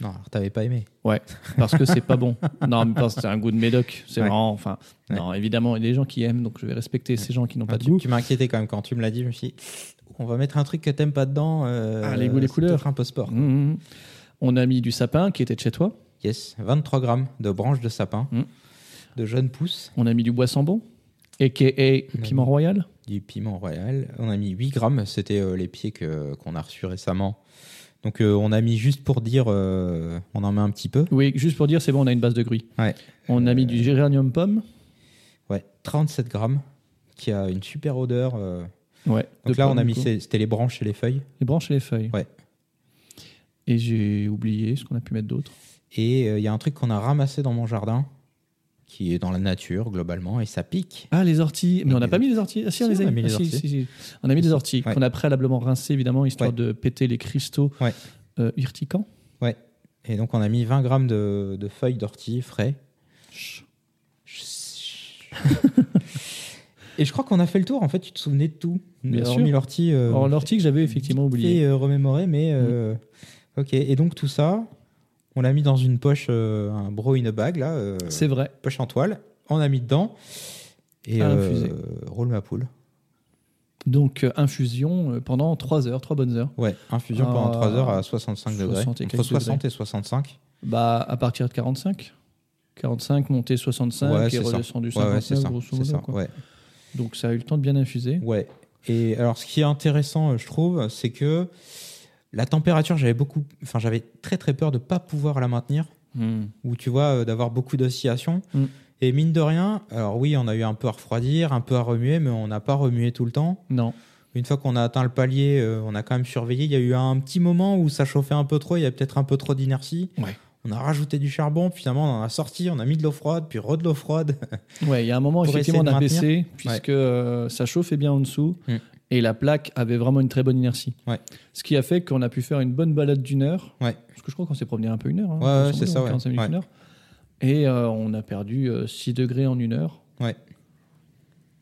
S2: Non, alors, t'avais pas aimé.
S1: Ouais. Parce que c'est pas bon. Non, mais parce que c'est un goût de médoc. C'est
S2: Ouais.
S1: marrant. Enfin,
S2: Ouais.
S1: non, évidemment, il y a des gens qui aiment, donc je vais respecter ces gens qui n'ont
S2: Ah,
S1: pas de
S2: tu
S1: goût.
S2: tu m'inquiétais quand même quand tu me l'as dit. Je me suis dit, on va mettre un truc que t'aimes pas dedans. euh,
S1: Ah, les goûts, les
S2: c'est
S1: couleurs.
S2: peut-être un peu sport.
S1: Mm, mm. On a mis du sapin qui était de chez toi.
S2: Yes, 23 grammes de branches de sapin,
S1: Mm.
S2: de jeunes pousses,
S1: On a mis du bois sans bon, a.k.a. piment royal.
S2: du piment royal. On a mis 8 grammes, c'était euh, les pieds que- qu'on a reçus récemment. Donc euh, on a mis juste pour dire, euh, on en met un petit peu.
S1: Oui, juste pour dire, c'est bon, on a une base de gris.
S2: Ouais. Euh.
S1: On a mis du géranium pomme.
S2: Ouais, 37 grammes, qui a une super odeur. euh.
S1: Ouais.
S2: Donc
S1: de
S2: là, on
S1: pomme,
S2: a
S1: du
S2: mis,
S1: coup.
S2: ces- c'était les branches et les feuilles.
S1: Les branches et les feuilles.
S2: Ouais.
S1: Et j'ai oublié ce qu'on a pu mettre d'autre.
S2: Et euh, il y a un truc qu'on a ramassé dans mon jardin, qui est dans la nature globalement, et ça pique.
S1: Ah, les orties. Mais on n'a
S2: les
S1: pas mis les orties. Ah, si, on, les a mis.
S2: les
S1: Ah, si,
S2: orties.
S1: si, si. On a mis des orties
S2: Ouais.
S1: qu'on a préalablement rincées, évidemment, histoire
S2: Ouais.
S1: de péter les cristaux
S2: Ouais.
S1: euh, urticants.
S2: Et donc on a mis 20 grammes de, de feuilles d'ortie frais. Et je crois qu'on a fait le tour. En fait, tu te souvenais de tout.
S1: Bien
S2: Hormis
S1: sûr.
S2: l'ortie. euh,
S1: Or, l'ortie que j'avais effectivement Mm.
S2: vite
S1: oublié.
S2: fait, euh, remémoré, mais euh, ok. Et donc tout ça, on l'a mis dans une poche, euh, un bro in a bag là, euh,
S1: C'est vrai. Ah,
S2: poche en toile. On a mis dedans et
S1: À
S2: euh,
S1: infuser.
S2: roule ma poule.
S1: Donc, euh, infusion euh, pendant 3 heures, 3 bonnes heures.
S2: Ouais, infusion
S1: Ah,
S2: pendant 3 heures à 65 degrés,
S1: 60 et
S2: entre
S1: quelques
S2: 60 et 65.
S1: Bah, à partir de 45. 45, monté 65
S2: Ouais,
S1: et
S2: c'est ça.
S1: redescendu
S2: Ouais,
S1: 59,
S2: ouais, c'est ça.
S1: grosso
S2: c'est
S1: modo.
S2: ça,
S1: quoi.
S2: ouais.
S1: Donc, ça a eu le temps de bien infuser.
S2: Ouais. Et alors, ce qui est intéressant, euh, je trouve, c'est que la température, j'avais beaucoup, enfin, j'avais très très peur de pas pouvoir la maintenir, ou tu vois, euh, d'avoir beaucoup d'oscillations.
S1: Mm.
S2: Et mine de rien, alors oui, on a eu un peu à refroidir, un peu à remuer, mais on n'a pas remué tout le temps.
S1: Non.
S2: Une fois qu'on a atteint le palier, euh, on a quand même surveillé. Il y a eu un petit moment où ça chauffait un peu trop, il y a peut-être un peu trop d'inertie.
S1: Ouais.
S2: On a rajouté du charbon, puis finalement on en a sorti, on a mis de l'eau froide, puis re de l'eau froide.
S1: Ouais, il y a un moment,
S2: Pour
S1: effectivement, on
S2: essayer de
S1: a
S2: maintenir.
S1: baissé, puisque euh, ça chauffait bien en dessous,
S2: Mm.
S1: et la plaque avait vraiment une très bonne inertie.
S2: Ouais.
S1: Ce qui a fait qu'on a pu faire une bonne balade d'une heure,
S2: Ouais.
S1: parce que je crois qu'on s'est promené un peu une heure. hein,
S2: Ouais, ouais,
S1: grosso modo,
S2: c'est ça, ouais.
S1: 45 minutes,
S2: Ouais.
S1: une heure. Et euh, on a perdu euh, 6 degrés en une heure,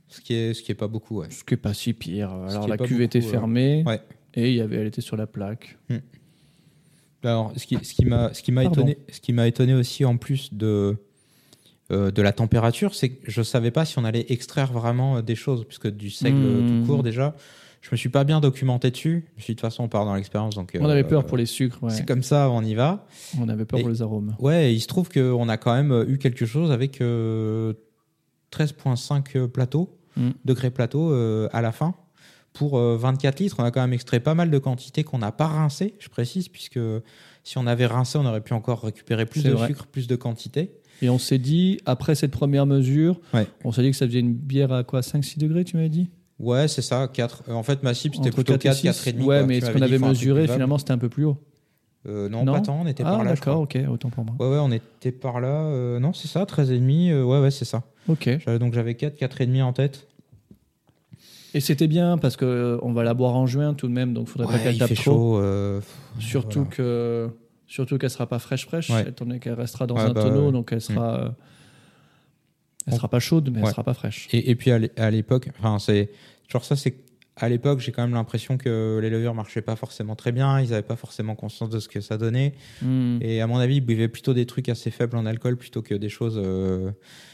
S2: ce qui est, ce qui est pas beaucoup, ouais.
S1: ce qui est pas si pire.
S2: Ce
S1: Alors
S2: qui est
S1: la
S2: pas
S1: cuve était
S2: beaucoup, euh,
S1: fermée,
S2: ouais.
S1: et il y avait, elle était sur la plaque.
S2: Alors, ce qui, ce qui m'a, ce qui m'a
S1: Pardon.
S2: étonné, ce qui m'a étonné aussi en plus de euh, de la température, c'est que je savais pas si on allait extraire vraiment euh, des choses, puisque du seigle euh,
S1: Mmh.
S2: tout court déjà, je me suis pas bien documenté dessus. Je me suis dit, de toute façon, on part dans l'expérience. donc,
S1: On
S2: euh,
S1: avait peur pour les sucres, ouais.
S2: C'est comme ça, on y va.
S1: on avait peur
S2: Et-
S1: pour les arômes.
S2: Ouais, et il se trouve qu'on a quand même eu quelque chose avec euh, 13,5 euh, plateaux,
S1: Mm.
S2: degrés plateaux euh, à la fin. Pour euh, 24 litres, on a quand même extrait pas mal de quantités qu'on n'a pas rincées, je précise, puisque si on avait rincé, on aurait pu encore récupérer plus
S1: C'est
S2: de
S1: vrai.
S2: sucre, plus de quantité.
S1: Et on s'est dit, après cette première mesure,
S2: Ouais.
S1: on s'est dit que ça faisait une bière à quoi 5-6 degrés, tu m'avais dit
S2: Ouais, c'est ça, 4. en fait, ma cible, c'était
S1: Entre
S2: plutôt 4,
S1: 4 et
S2: 4,5.
S1: 6.
S2: quoi.
S1: Ouais,
S2: Tu
S1: mais ce
S2: m'avais
S1: qu'on
S2: dit,
S1: avait
S2: faut un truc
S1: mesuré,
S2: buvable.
S1: finalement, c'était un peu plus haut.
S2: Euh, non,
S1: Non
S2: pas tant, on était
S1: Ah,
S2: par là. je
S1: d'accord, ok, autant pour moi.
S2: crois. Ouais, ouais, on était par là. euh, non, c'est ça, 13,5. euh, ouais, ouais, c'est ça.
S1: Ok.
S2: J'avais- Donc j'avais 4, 4,5 en tête.
S1: Et c'était bien parce que euh, on va la boire en juin tout de même, donc faudrait
S2: Ouais,
S1: pas qu'elle
S2: il
S1: tape
S2: fait
S1: trop.
S2: chaud. euh,
S1: Surtout
S2: Voilà.
S1: que surtout qu'elle sera pas fraîche fraîche,
S2: Ouais.
S1: étant donné qu'elle restera dans
S2: Ouais,
S1: un
S2: bah,
S1: tonneau,
S2: ouais.
S1: donc elle sera euh, elle sera pas chaude, mais
S2: Ouais.
S1: elle sera pas fraîche.
S2: et, et puis à l'é- à l'époque, enfin c'est genre ça c'est à l'époque j'ai quand même l'impression que les levures marchaient pas forcément très bien, ils avaient pas forcément conscience de ce que ça donnait.
S1: Hmm.
S2: Et à mon avis ils buvaient plutôt des trucs assez faibles en alcool plutôt que des choses. euh,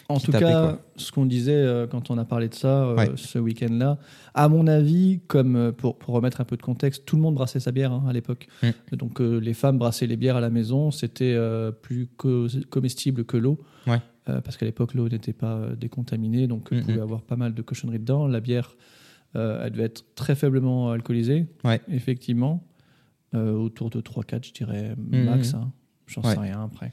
S1: En
S2: qui
S1: tout
S2: tapait,
S1: cas,
S2: quoi.
S1: ce qu'on disait euh, quand on a parlé de ça euh,
S2: Ouais.
S1: ce week-end-là, à mon avis, comme euh, pour, pour remettre un peu de contexte, tout le monde brassait sa bière hein, à l'époque.
S2: Mm.
S1: Donc euh, les femmes brassaient les bières à la maison, c'était euh, plus co- comestible que l'eau.
S2: Ouais.
S1: Euh, parce qu'à l'époque, l'eau n'était pas euh, décontaminée, donc on
S2: Mm,
S1: pouvait
S2: mm.
S1: avoir pas mal de cochonneries dedans. La bière, euh, elle devait être très faiblement alcoolisée,
S2: Ouais.
S1: effectivement, Euh, autour de 3-4, je dirais,
S2: mm.
S1: max. hein. J'en
S2: Ouais.
S1: sais rien après.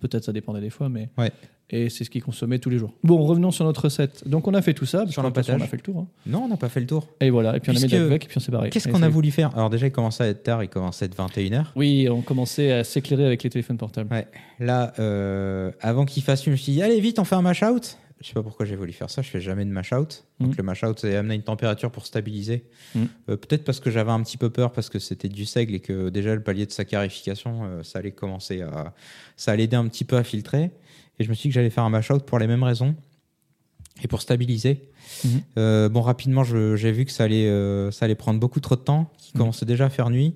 S1: Peut-être ça dépendait des fois, mais
S2: Ouais.
S1: et c'est ce qu'ils consommaient tous les jours. Bon, revenons sur notre recette. Donc on a fait tout ça, parce
S2: Sur
S1: que de toute façon, on a
S2: l'empattage.
S1: fait le tour. hein.
S2: Non, on n'a pas fait le tour.
S1: Et voilà, et puis on a mis
S2: Puisque-
S1: de la avec, et puis on s'est barré.
S2: Qu'est-ce
S1: Et
S2: qu'on a
S1: c'est-
S2: voulu faire Alors déjà il commençait à être tard, il commençait à être 21h.
S1: Oui, on commençait à s'éclairer avec les téléphones portables.
S2: Là, euh, avant qu'il fasse une, je me suis dit, allez vite, on fait un mash-out. Je sais pas pourquoi j'ai voulu faire ça, je fais jamais de mash-out. Donc
S1: Mm.
S2: le mash-out, c'est amener une température pour stabiliser.
S1: Mm.
S2: Euh, Peut-être parce que j'avais un petit peu peur, parce que c'était du seigle et que déjà le palier de saccharification, euh, ça allait commencer à. Ça allait aider un petit peu à filtrer. Et je me suis dit que j'allais faire un mash-out pour les mêmes raisons et pour stabiliser.
S1: Mhm.
S2: Euh, bon, rapidement, je- j'ai vu que ça allait, euh, ça allait prendre beaucoup trop de temps, qu'il
S1: Mhm.
S2: commençait déjà à faire nuit.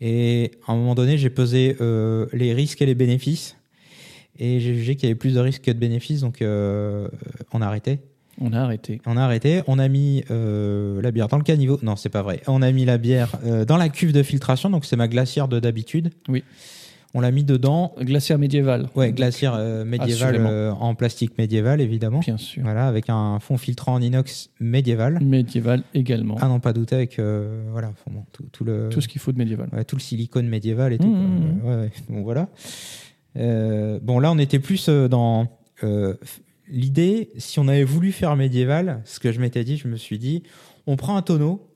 S2: Et à un moment donné, j'ai pesé euh, les risques et les bénéfices. Et j'ai jugé qu'il y avait plus de risques que de bénéfices, donc euh, on a arrêté.
S1: On a arrêté.
S2: On a arrêté, on a mis euh, la bière dans le caniveau. Non, c'est pas vrai. On a mis la bière euh, dans la cuve de filtration, donc c'est ma glacière de d'habitude.
S1: Oui.
S2: On l'a mis dedans.
S1: Glacière médiévale.
S2: Ouais,
S1: Donc,
S2: glacière euh, médiévale
S1: assurément.
S2: euh, en plastique médiéval, évidemment.
S1: Bien sûr.
S2: Voilà, avec un fond filtrant en inox médiéval.
S1: Médiévale également.
S2: Ah non, pas douter avec euh, voilà, enfin bon, tout, tout le
S1: Tout ce qu'il faut de médiéval.
S2: ouais, tout le silicone médiéval et tout.
S1: Mmh,
S2: quoi. Ouais, ouais. Bon voilà. Euh, bon là, on était plus euh, dans euh, f- l'idée. Si on avait voulu faire médiéval, ce que je m'étais dit, je me suis dit, on prend un tonneau,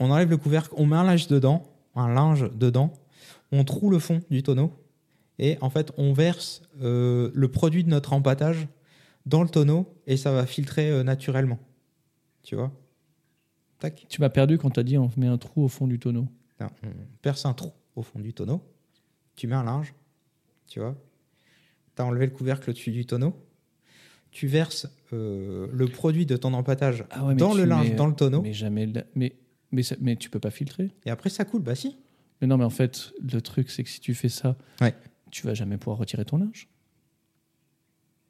S2: on enlève le couvercle, on met un linge dedans, un linge dedans, on troue le fond du tonneau et en fait, on verse euh, le produit de notre empâtage dans le tonneau et ça va filtrer euh, naturellement. Tu vois Tac.
S1: Tu m'as perdu quand t'as dit on met un trou au fond du tonneau.
S2: Non, on
S1: Mm.
S2: perce un trou au fond du tonneau, tu mets un linge, tu vois, tu as enlevé le couvercle au-dessus du tonneau, tu verses euh, le produit de ton empâtage
S1: Ah ouais, mais
S2: dans
S1: tu
S2: le linge,
S1: mets-
S2: dans le tonneau,
S1: Mais jamais. la- Mais, mais, ça- mais tu peux pas filtrer.
S2: et après ça coule, bah si.
S1: Mais non, mais en fait, le truc, c'est que si tu fais ça,
S2: Ouais.
S1: tu vas jamais pouvoir retirer ton linge.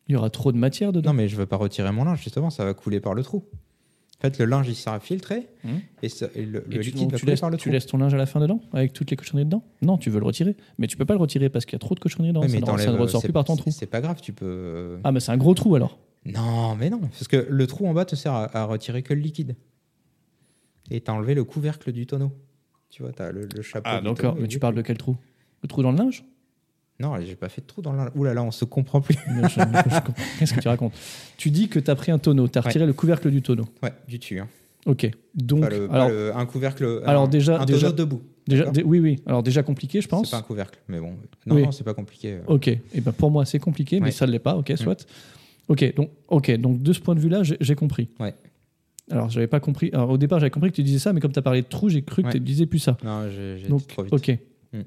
S1: Il y aura trop de matière dedans.
S2: Non mais je veux pas retirer mon linge, justement, ça va couler par le trou. En fait, le linge, il sera filtré,
S1: Mhm.
S2: et, ça- et le,
S1: Et
S2: le
S1: tu,
S2: liquide
S1: donc
S2: va
S1: tu
S2: couler
S1: laisses,
S2: par le
S1: tu
S2: trou.
S1: laisses ton linge à la fin dedans Avec toutes les cochonneries dedans Non, tu veux le retirer. Mais tu peux pas le retirer parce qu'il y a trop de cochonneries dedans.
S2: Ouais,
S1: ça, ne- ça ne
S2: t'enlèves- euh,
S1: ressort
S2: c'est-
S1: plus par ton
S2: c'est-
S1: trou.
S2: C'est pas grave, tu peux... euh,
S1: Ah, mais c'est un gros trou alors.
S2: Non, mais non, parce que le trou en bas te sert à, à retirer que le liquide. Et t'as enlevé le couvercle du tonneau. Tu vois, t'as le, le chapeau.
S8: Ah,
S2: du
S1: D'accord,
S2: tonneau
S1: hein,
S2: et
S1: mais
S2: le
S1: tu parles de
S2: liquide.
S1: quel trou Le trou dans le linge
S2: Non, j'ai pas fait de trou dans la. Ouh là là, on se comprend plus.
S1: Mais je- je comprends- Qu'est-ce que tu racontes Tu dis que tu as pris un tonneau, tu as
S2: Ouais.
S1: retiré le couvercle du tonneau.
S2: Ouais, du dessus. hein.
S1: Ok. Donc,
S2: Pas le- pas
S1: alors,
S2: le- un couvercle.
S1: alors
S2: un-
S1: déjà-
S2: Un
S1: déjà-
S2: tonneau debout.
S1: déjà,
S2: d'accord.
S1: dé- oui, oui. Alors, déjà compliqué, je pense.
S2: C'est pas un couvercle, mais bon. Non,
S1: Oui.
S2: non, c'est pas compliqué.
S1: Ok, et ben pour moi c'est compliqué, mais
S2: Ouais. Mm.
S1: ça ne l'est pas, ok, soit. Ok, donc, ok, donc de ce point de vue-là, j'ai j'ai compris.
S2: Ouais.
S1: Alors j'avais pas compris, alors, au départ j'avais compris que tu disais ça, mais comme tu as parlé de trou, j'ai cru que
S2: Ouais.
S1: tu disais plus ça.
S2: Non, j'ai j'ai
S1: Donc,
S2: été trop vite.
S1: ok.
S2: Hmm.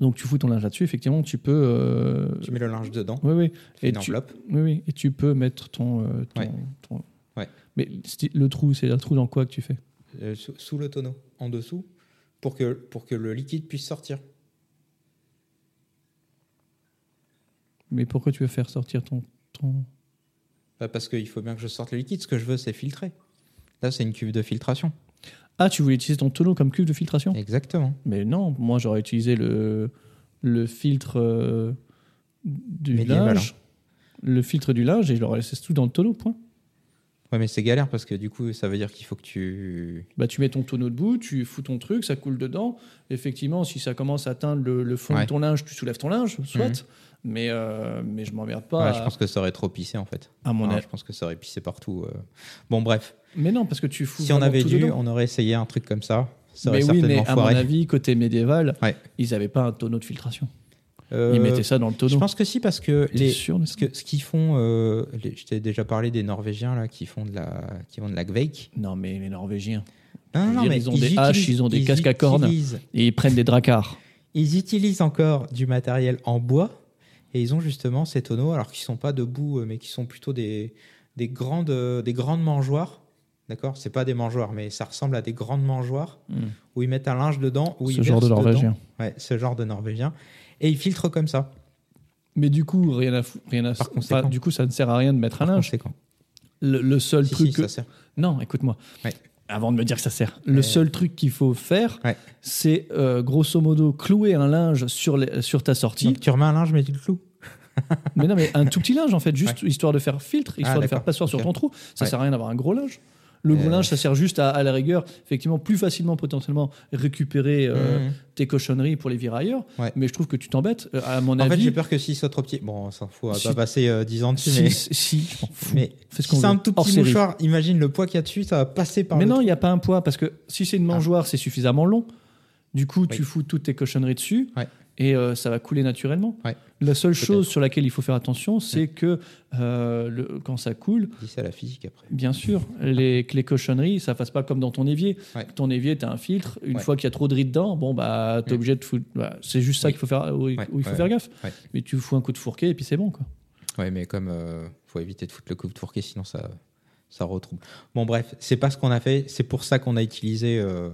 S1: Donc tu fous ton linge là-dessus, effectivement, tu peux. euh,
S2: Tu mets le linge dedans,
S1: Oui, oui.
S2: tu fais
S1: Et
S2: une
S1: tu...
S2: enveloppe.
S1: oui, oui, et tu peux mettre ton. euh, ton-
S2: Ouais.
S1: ton-
S2: Ouais.
S1: Mais sti- le trou, c'est un trou dans quoi que tu fais
S2: euh, sous, sous le tonneau, en dessous, pour que, pour que le liquide puisse sortir.
S1: Mais pourquoi tu veux faire sortir ton. ton...
S2: Bah, parce qu'il faut bien que je sorte le liquide. Ce que je veux, c'est filtrer. Là, c'est une cuve de filtration.
S1: Ah, tu voulais utiliser ton tonneau comme cuve de filtration
S2: Exactement.
S1: Mais non, moi j'aurais utilisé le, le filtre euh, du
S2: Médiéval.
S1: linge. Le filtre du linge et je l'aurais laissé tout dans le tonneau, point.
S2: Ouais, mais c'est galère parce que du coup, ça veut dire qu'il faut que tu.
S1: Bah, tu mets ton tonneau debout, tu fous ton truc, ça coule dedans. Effectivement, si ça commence à atteindre le, le fond
S2: Ouais.
S1: de ton linge, tu soulèves ton linge, soit.
S2: Mhm.
S1: Mais, euh, mais je m'emmerde
S2: Ouais,
S1: pas.
S2: je
S1: à-
S2: pense que ça aurait trop pissé en fait.
S1: à mon
S2: Non,
S1: avis.
S2: je pense que ça aurait pissé partout. euh. Bon, bref.
S1: Mais non, parce que tu fous.
S2: Si on
S1: vraiment
S2: avait
S1: tout
S2: dû,
S1: dedans.
S2: on aurait essayé un truc comme ça. Ça aurait
S1: Mais oui,
S2: certainement
S1: mais à mon
S2: foiré.
S1: avis, côté médiéval,
S2: Ouais.
S1: ils n'avaient pas un tonneau de filtration.
S2: Euh,
S1: Ils mettaient ça dans le
S2: Je
S1: tonneau.
S2: pense que si, parce que
S1: T'es
S2: les,
S1: sûr de
S2: ce
S1: ça
S2: que- ce qu'ils font, euh, les- je t'ai déjà parlé des Norvégiens là qui font de la, qui font de la gveik.
S1: Non, mais les Norvégiens.
S2: Non,
S1: Je veux dire, ils ont des haches,
S2: utilisent-
S1: ils ont des casques à cornes.
S2: utilisent-
S1: Et ils prennent des dracars.
S2: ils utilisent encore du matériel en bois et ils ont justement ces tonneaux, alors qu'ils sont pas debout, euh, mais qui sont plutôt des, des grandes, euh, des grandes mangeoires. D'accord, c'est pas des mangeoires, mais ça ressemble à des grandes mangeoires
S1: Hmm.
S2: où ils mettent un linge dedans, où
S1: ce
S2: ils
S1: genre de
S2: versent dedans.
S1: Norvégien.
S2: Ouais, ce genre de Norvégien. Et ils filtrent comme ça.
S1: Mais du coup, rien à fou- rien à
S2: Par
S1: enfin,
S2: conséquent.
S1: du coup, ça ne sert à rien de mettre un linge.
S2: Conséquent.
S1: Le, Ah, le seul
S2: Si,
S1: truc
S2: si,
S1: que-
S2: ça sert.
S1: non, écoute-moi.
S2: Ouais.
S1: Avant de me dire que ça sert, le
S2: Euh.
S1: seul truc qu'il faut faire,
S2: Ouais.
S1: c'est euh, grosso modo clouer un linge sur, les- sur ta sortie.
S2: Donc, tu remets un linge, mais tu le cloues.
S1: mais non, mais un tout petit linge en fait, juste histoire de faire filtre, histoire de
S2: Ah, d'accord.
S1: faire passoire sur
S2: Ok.
S1: ton trou. Ça
S2: Ouais.
S1: sert à rien d'avoir un gros linge. Le gros
S2: Euh.
S1: linge, ça sert juste à, à la rigueur, effectivement, plus facilement potentiellement récupérer euh,
S2: Mhm.
S1: tes cochonneries pour les virer ailleurs.
S2: Ouais.
S1: Mais je trouve que tu t'embêtes. Euh, À mon
S2: En fait,
S1: avis,
S2: j'ai peur que s'il soit trop petit. Bon, on s'en fout, on va
S1: Si-
S2: pas passer euh, 10 ans dessus,
S1: si,
S2: mais.
S1: si, je m'en fous.
S2: Mais
S1: Fais ce
S2: si
S1: qu'on
S2: c'est un
S1: veut.
S2: tout
S1: Hors
S2: petit
S1: série.
S2: mouchoir, imagine le poids qu'il y a dessus, ça va passer par
S1: Mais
S2: Ah, le Ah.
S1: non, il n'y a pas un poids, parce que si c'est une mangeoire, c'est suffisamment long. Du coup, tu
S2: Oui.
S1: fous toutes tes cochonneries dessus
S2: Ouais.
S1: et euh, ça va couler naturellement.
S2: Ouais.
S1: La seule
S2: Peut-être.
S1: chose sur laquelle il faut faire attention, c'est que euh, le- quand ça coule,
S2: Dis ça à la physique après.
S1: bien sûr, les, que les cochonneries, ça ne fasse pas comme dans ton évier.
S2: Ouais.
S1: Ton évier, tu as un filtre. Une
S2: Ouais.
S1: fois qu'il y a trop de riz dedans, bon, bah, tu es
S2: Mm.
S1: obligé de foutre. voilà, c'est juste ça
S2: Oui.
S1: qu'il faut faire, où, il-
S2: Ouais,
S1: où il faut
S2: ouais,
S1: faire gaffe.
S2: ouais.
S1: Mais tu fous un coup de fourquet et puis c'est bon. Quoi.
S2: Ouais, mais comme euh, faut éviter de foutre le coup de fourquet, sinon ça, ça retrouble. Bon, bref, c'est pas ce qu'on a fait. C'est pour ça qu'on a utilisé euh,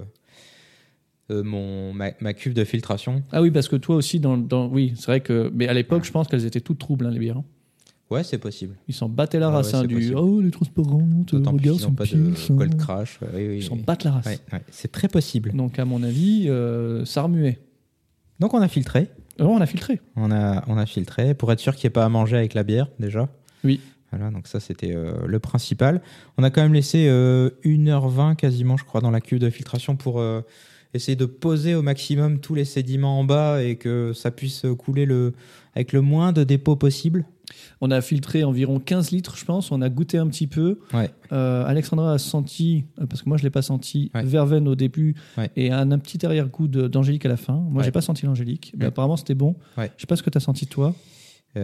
S2: euh, mon, ma, ma cuve de filtration.
S1: Ah oui, parce que toi aussi, dans, dans- oui, c'est vrai que. Mais à l'époque, je pense qu'elles étaient toutes troubles, hein, les bières. hein.
S2: Ouais, c'est possible.
S1: Ils s'en battaient la
S2: Ah
S1: race
S2: ouais,
S1: hein,
S2: c'est
S1: du
S2: possible.
S1: oh les transparentes,
S2: D'autant
S1: regarde
S2: plus qu'ils n'ont
S1: son
S2: pas
S1: pile,
S2: de gold crash. Ouais, oui, oui,
S1: Ils s'en
S2: oui.
S1: battent la race.
S2: Ouais, ouais, c'est très possible.
S1: Donc à mon avis, euh, ça remuait.
S2: Donc on a filtré.
S1: Oh, on a filtré.
S2: On a, on a filtré pour être sûr qu'il n'y ait pas à manger avec la bière déjà.
S1: Oui.
S2: Voilà, donc ça c'était euh, le principal. On a quand même laissé euh, 1h20 quasiment, je crois, dans la cuve de filtration pour euh, essayer de poser au maximum tous les sédiments en bas et que ça puisse couler le, avec le moins de dépôts possible.
S1: On a filtré environ 15 litres, je pense. On a goûté un petit peu.
S2: Ouais.
S1: Euh, Alexandra a senti, euh, parce que moi je l'ai pas senti,
S2: Ouais.
S1: verveine au début
S2: Ouais.
S1: et un, un petit arrière-goût de- d'Angélique à la fin. Moi j'ai
S2: Ouais.
S1: pas senti l'Angélique, mais
S2: Ouais.
S1: apparemment c'était bon.
S2: Ouais.
S1: Je sais pas ce que tu as senti toi.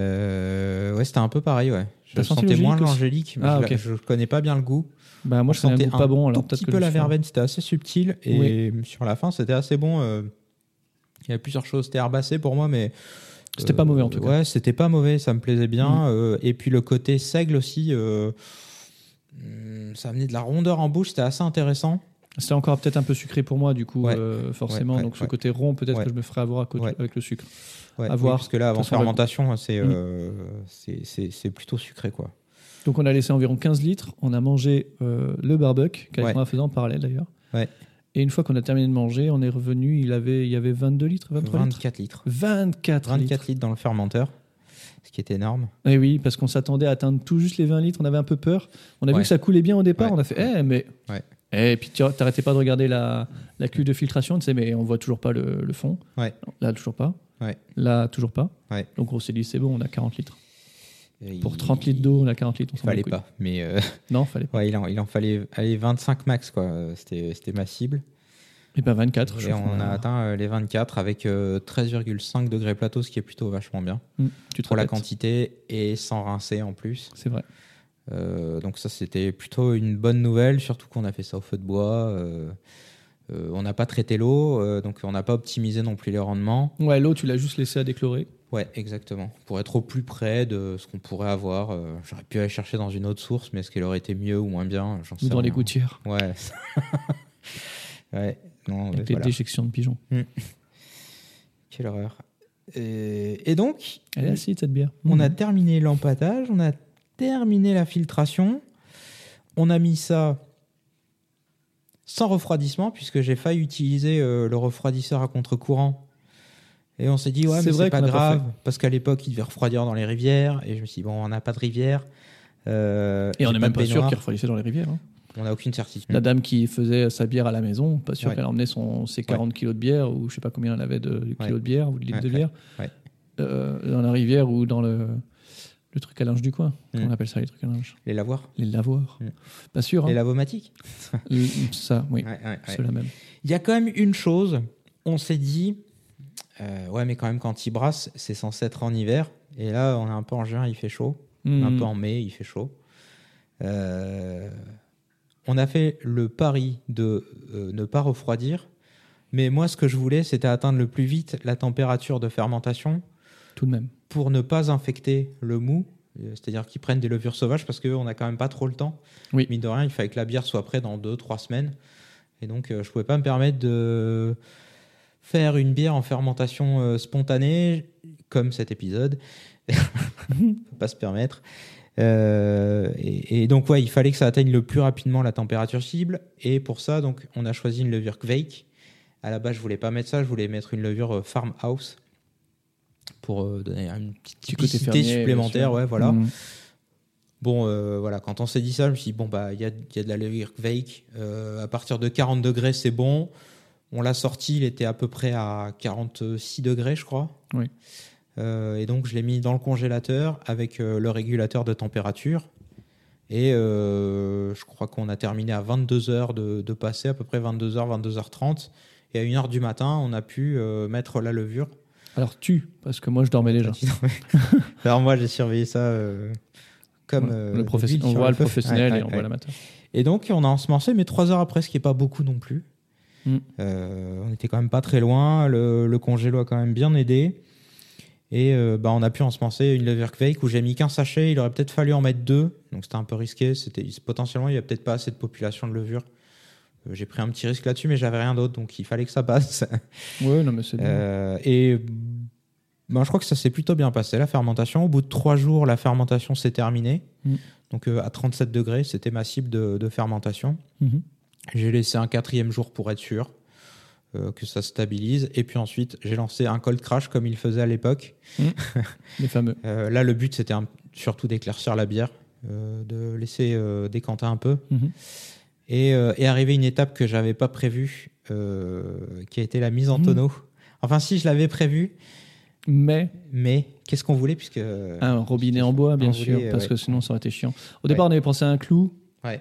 S2: Euh, ouais, c'était un peu pareil, ouais. Je
S1: T'as senti
S2: sentais moins
S1: l'angélique
S2: l'angélique, mais
S1: Ah,
S2: je, la-
S1: ok.
S2: je connais pas bien le goût.
S1: Bah moi je sentais un goût pas bon alors
S2: tout
S1: peut-être
S2: petit
S1: que
S2: peu
S1: je
S2: la
S1: suis-
S2: verveine, c'était assez subtil et sur la fin c'était assez bon. euh, Il y a plusieurs choses, c'était herbacé pour moi, mais
S1: C'était
S2: euh,
S1: pas mauvais en tout cas. Mm.
S2: Ouais, c'était pas mauvais, ça me plaisait bien. euh, et puis le côté seigle aussi, euh, hum, ça amenait de la rondeur en bouche, c'était assez intéressant.
S1: C'était encore peut-être un peu sucré pour moi, du coup,
S2: Ouais.
S1: euh, forcément.
S2: Ouais, ouais,
S1: donc, ce
S2: ouais.
S1: côté rond, peut-être
S2: Ouais.
S1: que je me ferai avoir à côté-
S2: Ouais.
S1: avec le sucre.
S2: Ouais,
S1: À
S2: oui,
S1: voir. Mm.
S2: parce que là, avant
S1: toute façon, on va-
S2: fermentation, c'est euh, c'est- c'est c'est plutôt sucré quoi.
S1: Donc, on a laissé environ 15 litres. On a mangé euh, le barbecue, qu'Alexandra faisait en parallèle d'ailleurs.
S2: Ouais.
S1: Et une fois qu'on a terminé de manger, on est revenu. Il, avait, il y avait 22 litres, 23 litres
S2: 24 litres.
S1: 24,
S2: 24
S1: litres.
S2: litres dans le fermenteur, ce qui est énorme.
S1: Et oui, parce qu'on s'attendait à atteindre tout juste les 20 litres. On avait un peu peur. On a vu
S2: Ouais.
S1: que ça coulait bien au départ.
S2: Ouais.
S1: On a fait, eh, mais.
S2: Ouais.
S1: Eh, Et puis, tu t'arrêtais pas de regarder la, la cuve de filtration. Tu sais, mais on voit toujours pas le, le fond.
S2: Ouais.
S1: Là, toujours pas.
S2: Ouais.
S1: Là, toujours pas.
S2: Ouais.
S1: Donc, on s'est dit, c'est bon, on a 40 litres.
S2: Et
S1: Pour
S2: il-
S1: 30 litres d'eau, on a 40 litres. On
S2: il
S1: s'en bat
S2: fallait
S1: les couilles.
S2: pas, mais euh,
S1: Non, fallait pas.
S2: Ouais, il en, il en fallait allez, 25 max, quoi. Euh, C'était c'était ma cible.
S1: Et ben 24. je
S2: Et
S1: trouve
S2: on
S1: qu'on
S2: a atteint euh, les 24 avec euh, 13,5 degrés plateau, ce qui est plutôt vachement bien
S1: Hmm, Tu te
S2: pour la
S1: répètes.
S2: quantité et sans rincer en plus.
S1: C'est vrai.
S2: Euh, donc, ça, c'était plutôt une bonne nouvelle, surtout qu'on a fait ça au feu de bois. euh, euh, on n'a pas traité l'eau, euh, donc on n'a pas optimisé non plus les rendements.
S1: Ouais, l'eau, tu l'as juste laissé à déclorer.
S2: Ouais, exactement. Pour être au plus près de ce qu'on pourrait avoir, euh, j'aurais pu aller chercher dans une autre source, mais est-ce qu'elle aurait été mieux ou moins bien J'en sais
S1: Ou dans les
S2: rien.
S1: gouttières.
S2: Ouais. ouais. Non, mais
S1: Avec les
S2: voilà.
S1: déjections de pigeons.
S2: Quelle horreur. Et, et donc,
S1: Elle est acide, cette bière.
S2: on a
S1: Mmh.
S2: terminé l'empattage, on a terminé la filtration. On a mis ça sans refroidissement, puisque j'ai failli utiliser euh, le refroidisseur à contre-courant. Et on s'est dit, ouais,
S1: C'est
S2: mais
S1: vrai
S2: c'est pas
S1: qu'on l'a pas
S2: grave, parce qu'à l'époque, il devait refroidir dans les rivières. Et je me suis dit, bon, on n'a pas de rivière. euh,
S1: Et on
S2: j'ai
S1: n'est même
S2: de
S1: pas sûr
S2: baignoire.
S1: qu'il refroidissait dans les rivières. hein.
S2: On n'a aucune certitude.
S1: La dame qui faisait sa bière à la maison, pas sûr
S2: Ouais.
S1: qu'elle emmenait son, ses 40 kilos de bière, ou je sais pas combien elle avait de, de kilos
S2: Ouais.
S1: de bière, ou de litres
S2: Ouais,
S1: de
S2: ouais,
S1: bière,
S2: ouais.
S1: euh, dans la rivière ou dans le, le truc à linge du coin. Comment
S2: Mm.
S1: on appelle ça les trucs à linge
S2: Les lavoirs
S1: Les lavoirs.
S2: Mm.
S1: Pas sûr.
S2: Les
S1: hein.
S2: lavomatiques
S1: Mm, Ça, oui.
S2: Ouais, ouais, ouais.
S1: C'est la même.
S2: Il y a quand même une chose, on s'est dit, euh, ouais, mais quand même, quand il brasse, c'est censé être en hiver. Et là, on est un peu en juin, il fait chaud. Un
S1: Mm.
S2: peu en mai, il fait chaud. Euh, on a fait le pari de euh, ne pas refroidir. Mais moi, ce que je voulais, c'était atteindre le plus vite la température de fermentation
S1: Tout de même.
S2: pour ne pas infecter le mou, euh, c'est-à-dire qu'ils prennent des levures sauvages parce qu'on n'a quand même pas trop le temps.
S1: Oui.
S2: Mine de rien, il fallait que la bière soit prête dans 2-3 semaines. Et donc, euh, je pouvais pas me permettre de faire une bière en fermentation euh, spontanée, comme cet épisode. Faut pas se permettre. Euh, et, et donc, ouais, il fallait que ça atteigne le plus rapidement la température cible. Et pour ça, donc, on a choisi une levure Kveik. À la base, je voulais pas mettre ça, je voulais mettre une levure euh, Farmhouse pour euh, donner une petite
S1: Du côté
S2: typicité
S1: fermier, bien
S2: supplémentaire.
S1: sûr.
S2: Ouais, voilà.
S1: Mm.
S2: Bon, euh, voilà, quand on s'est dit ça, je me suis dit, bon, bah, il y a, il y a de la levure Kveik. euh, à partir de 40 degrés, c'est bon. On l'a sorti, il était à peu près à 46 degrés, je crois.
S1: Oui.
S2: Euh, et donc, je l'ai mis dans le congélateur avec euh, le régulateur de température. Et euh, je crois qu'on a terminé à 22h de, de passer, à peu près 22h, 22h30. Et à 1h du matin, on a pu euh, mettre la levure.
S1: Alors tu, parce que moi je dormais déjà.
S2: Alors, moi, j'ai surveillé ça euh, comme.
S1: Voilà.
S2: euh,
S1: le
S2: des
S1: professe-
S2: huiles
S1: on
S2: sur
S1: voit
S2: le
S1: le
S2: feu.
S1: professionnel
S2: Ouais,
S1: et
S2: ouais,
S1: on
S2: ouais.
S1: voit l'amateur.
S2: Et donc, on a ensemencé, mais trois heures après, ce qui n'est pas beaucoup non plus.
S1: Mm.
S2: Euh, on était quand même pas très loin. Le, le congélo a quand même bien aidé. Et euh, bah, on a pu ensemencer une levure Quake où j'ai mis qu'un sachet. Il aurait peut-être fallu en mettre deux. Donc, c'était un peu risqué. C'était Potentiellement, il n'y a peut-être pas assez de population de levure. Euh, J'ai pris un petit risque là-dessus, mais j'avais rien d'autre, donc il fallait que ça passe.
S1: Oui, non mais c'est bien.
S2: Euh, et ben, je crois que ça s'est plutôt bien passé, la fermentation. Au bout de trois jours, la fermentation s'est terminée.
S1: Mm.
S2: Donc euh, à 37 degrés, c'était ma cible de, de fermentation.
S1: Mhm.
S2: J'ai laissé un quatrième jour pour être sûr euh, que ça stabilise. Et puis ensuite, j'ai lancé un cold crash comme il faisait à l'époque.
S1: Les fameux.
S2: Euh, là, le but, c'était un- surtout d'éclaircir la bière, euh, de laisser euh, décanter un peu.
S1: Mhm.
S2: Et, euh, et arriver une étape que j'avais pas prévue, euh, qui a été la mise en
S1: Mhm.
S2: tonneau. Enfin, si, je l'avais prévue,
S1: Mais
S2: mais qu'est-ce qu'on voulait puisque
S1: un robinet en bois, bien
S2: on
S1: sûr,
S2: voulait, euh,
S1: parce
S2: ouais.
S1: que sinon ça aurait été chiant. Au départ, on avait pensé à un clou,
S2: ouais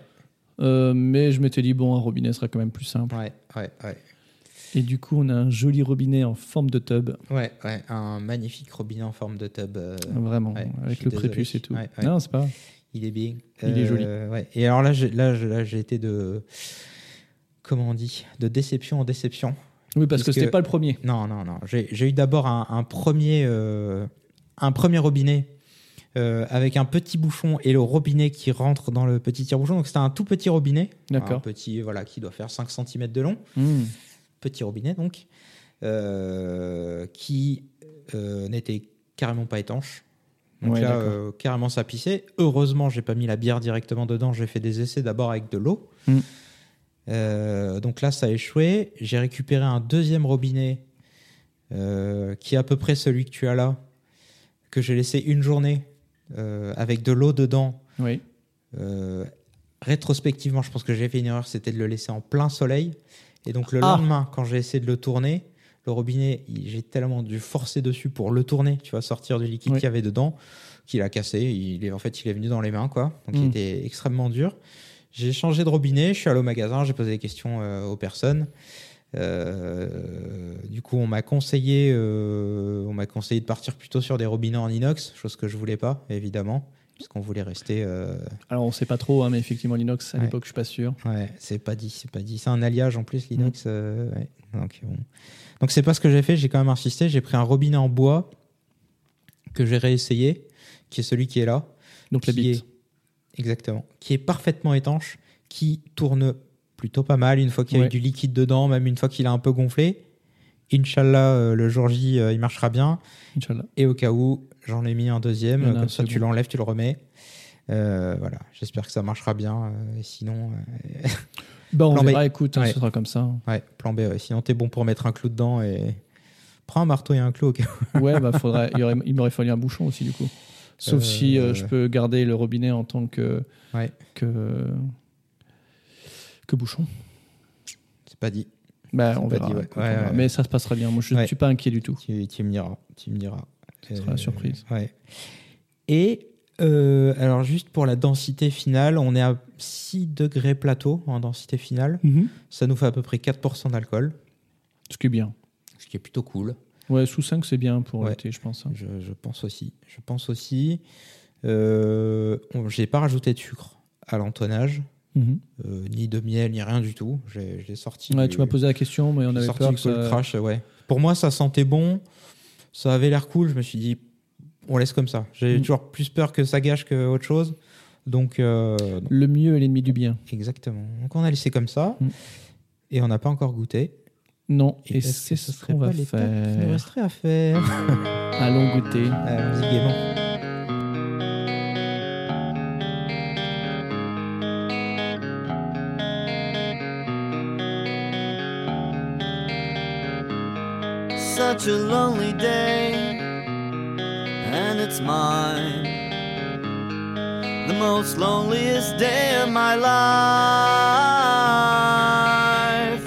S1: euh, mais je m'étais dit bon, un robinet serait quand même plus simple.
S2: ouais ouais ouais
S1: Et du coup, on a un joli robinet en forme de tub,
S2: ouais, ouais, un magnifique robinet en forme de tub euh,
S1: vraiment,
S2: ouais, je
S1: avec
S2: suis
S1: le
S2: désolé.
S1: prépuce et tout.
S2: Ouais, ouais.
S1: Non, c'est pas. grave.
S2: il est bien Euh,
S1: Il est joli.
S2: ouais. et alors là j'ai là, je- là, j'ai été de comment on dit de déception en déception
S1: Oui, parce,
S2: Parce
S1: que c'était
S2: que-
S1: pas le premier.
S2: non non non j'ai j'ai eu d'abord un, un premier euh, un premier robinet euh, avec un petit bouchon et le robinet qui rentre dans le petit tire-bouchon. Donc, c'était un tout petit robinet. Un
S1: D'accord.
S2: petit, voilà, qui doit faire 5 cm de long.
S1: Mm.
S2: petit robinet donc, euh, qui euh, n'était carrément pas étanche. Donc
S1: Ouais,
S2: là,
S1: d'accord.
S2: euh, carrément ça pissait. Heureusement, j'ai pas mis la bière directement dedans. J'ai fait des essais d'abord avec de l'eau.
S1: Mm.
S2: Euh, donc là, ça a échoué. J'ai récupéré un deuxième robinet euh, qui est à peu près celui que tu as là, que j'ai laissé une journée euh, avec de l'eau dedans
S1: Oui.
S2: euh, rétrospectivement, je pense que j'ai fait une erreur, c'était de le laisser en plein soleil. Et donc le
S1: Ah.
S2: lendemain, quand j'ai essayé de le tourner, le robinet, il- j'ai tellement dû forcer dessus pour le tourner, tu vois, sortir du liquide
S1: Oui.
S2: qu'il y avait dedans, qu'il a cassé. Il est, en fait, il est venu dans les mains, quoi. Donc il
S1: Mm.
S2: était extrêmement dur. J'ai changé de robinet, je suis allé au magasin, j'ai posé des questions euh, aux personnes. Euh, du coup, on m'a conseillé, euh, on m'a conseillé de partir plutôt sur des robinets en inox, chose que je voulais pas, évidemment, puisqu'on voulait rester euh,
S1: Alors on sait pas trop, hein, mais effectivement l'inox à
S2: Ouais.
S1: l'époque, je suis pas sûr.
S2: Ouais, c'est pas dit, c'est pas dit. C'est un alliage en plus,
S1: Mm.
S2: l'inox. euh, ouais. Donc, bon. Donc, c'est pas ce que j'ai fait, j'ai quand même insisté. J'ai pris un robinet en bois que j'ai réessayé, qui est celui qui est là.
S1: Donc la
S2: qui
S1: bite.
S2: est- exactement. Qui est parfaitement étanche, qui tourne plutôt pas mal une fois qu'il y a eu
S1: Ouais.
S2: du liquide dedans, même une fois qu'il a un peu gonflé. Inch'Allah, euh, le jour J, euh, il marchera bien.
S1: Inch'Allah.
S2: Et au cas où, j'en ai mis un deuxième. euh,
S1: Il y en a un
S2: Comme ça, tu
S1: second.
S2: l'enlèves, tu le remets. Euh, voilà, j'espère que ça marchera bien. euh, et sinon, euh,
S1: Bah, on
S2: Plan B.
S1: verra, écoute, hein,
S2: Ouais.
S1: ce sera comme ça.
S2: ouais, plan B. ouais. Sinon, t'es bon pour mettre un clou dedans et prends un marteau et un clou. ok
S1: Ouais, bah, faudrait, il, y aurait- il m'aurait fallu un bouchon aussi, du coup. Sauf
S2: Euh,
S1: si euh,
S2: ouais.
S1: je peux garder le robinet en tant que.
S2: Ouais.
S1: que, que bouchon.
S2: C'est pas dit.
S1: Bah,
S2: C'est
S1: on
S2: pas
S1: verra.
S2: dit, ouais.
S1: écoute, on
S2: Ouais,
S1: verra.
S2: ouais.
S1: Mais ça se passera bien. Moi, je ne
S2: Ouais.
S1: suis pas inquiet du tout.
S2: Tu, tu me diras. Tu me diras.
S1: Ce
S2: Euh,
S1: sera la surprise.
S2: Ouais. Et euh, alors, juste pour la densité finale, on est à 6 degrés plateau en densité finale. Ça nous fait à peu près 4% d'alcool,
S1: Ce qui est bien.
S2: ce qui est plutôt cool.
S1: Ouais, sous 5, c'est bien pour
S2: Ouais.
S1: l'été, je pense. hein.
S2: Je, je pense aussi. Je pense aussi. Euh, on- J'ai pas rajouté de sucre à l'entonnage,
S1: Mhm.
S2: euh, ni de miel, ni rien du tout. J'ai- Je l'ai sorti.
S1: Ouais,
S2: du-
S1: tu m'as posé la question, mais on
S2: j'ai
S1: avait
S2: sorti
S1: peur
S2: du
S1: que
S2: Cold
S1: ça-
S2: Crush, ouais. Pour moi, ça sentait bon. Ça avait l'air cool. Je me suis dit, on laisse comme ça. J'ai
S1: Mm.
S2: toujours plus peur que ça gâche que autre chose. Donc, euh, non.
S1: Le mieux est l'ennemi du bien.
S2: exactement. Donc, on a laissé comme ça.
S1: Mm.
S2: Et on n'a pas encore goûté.
S1: Non, et,
S2: est-ce
S1: c'est
S2: que
S1: ce
S2: serait
S1: qu'on va
S2: pas l'étape qui nous
S1: faire.
S2: resterait à faire.
S1: Allons goûter.
S2: Euh, musique gaiement.
S6: such a lonely day, and it's mine. The most loneliest day of my life.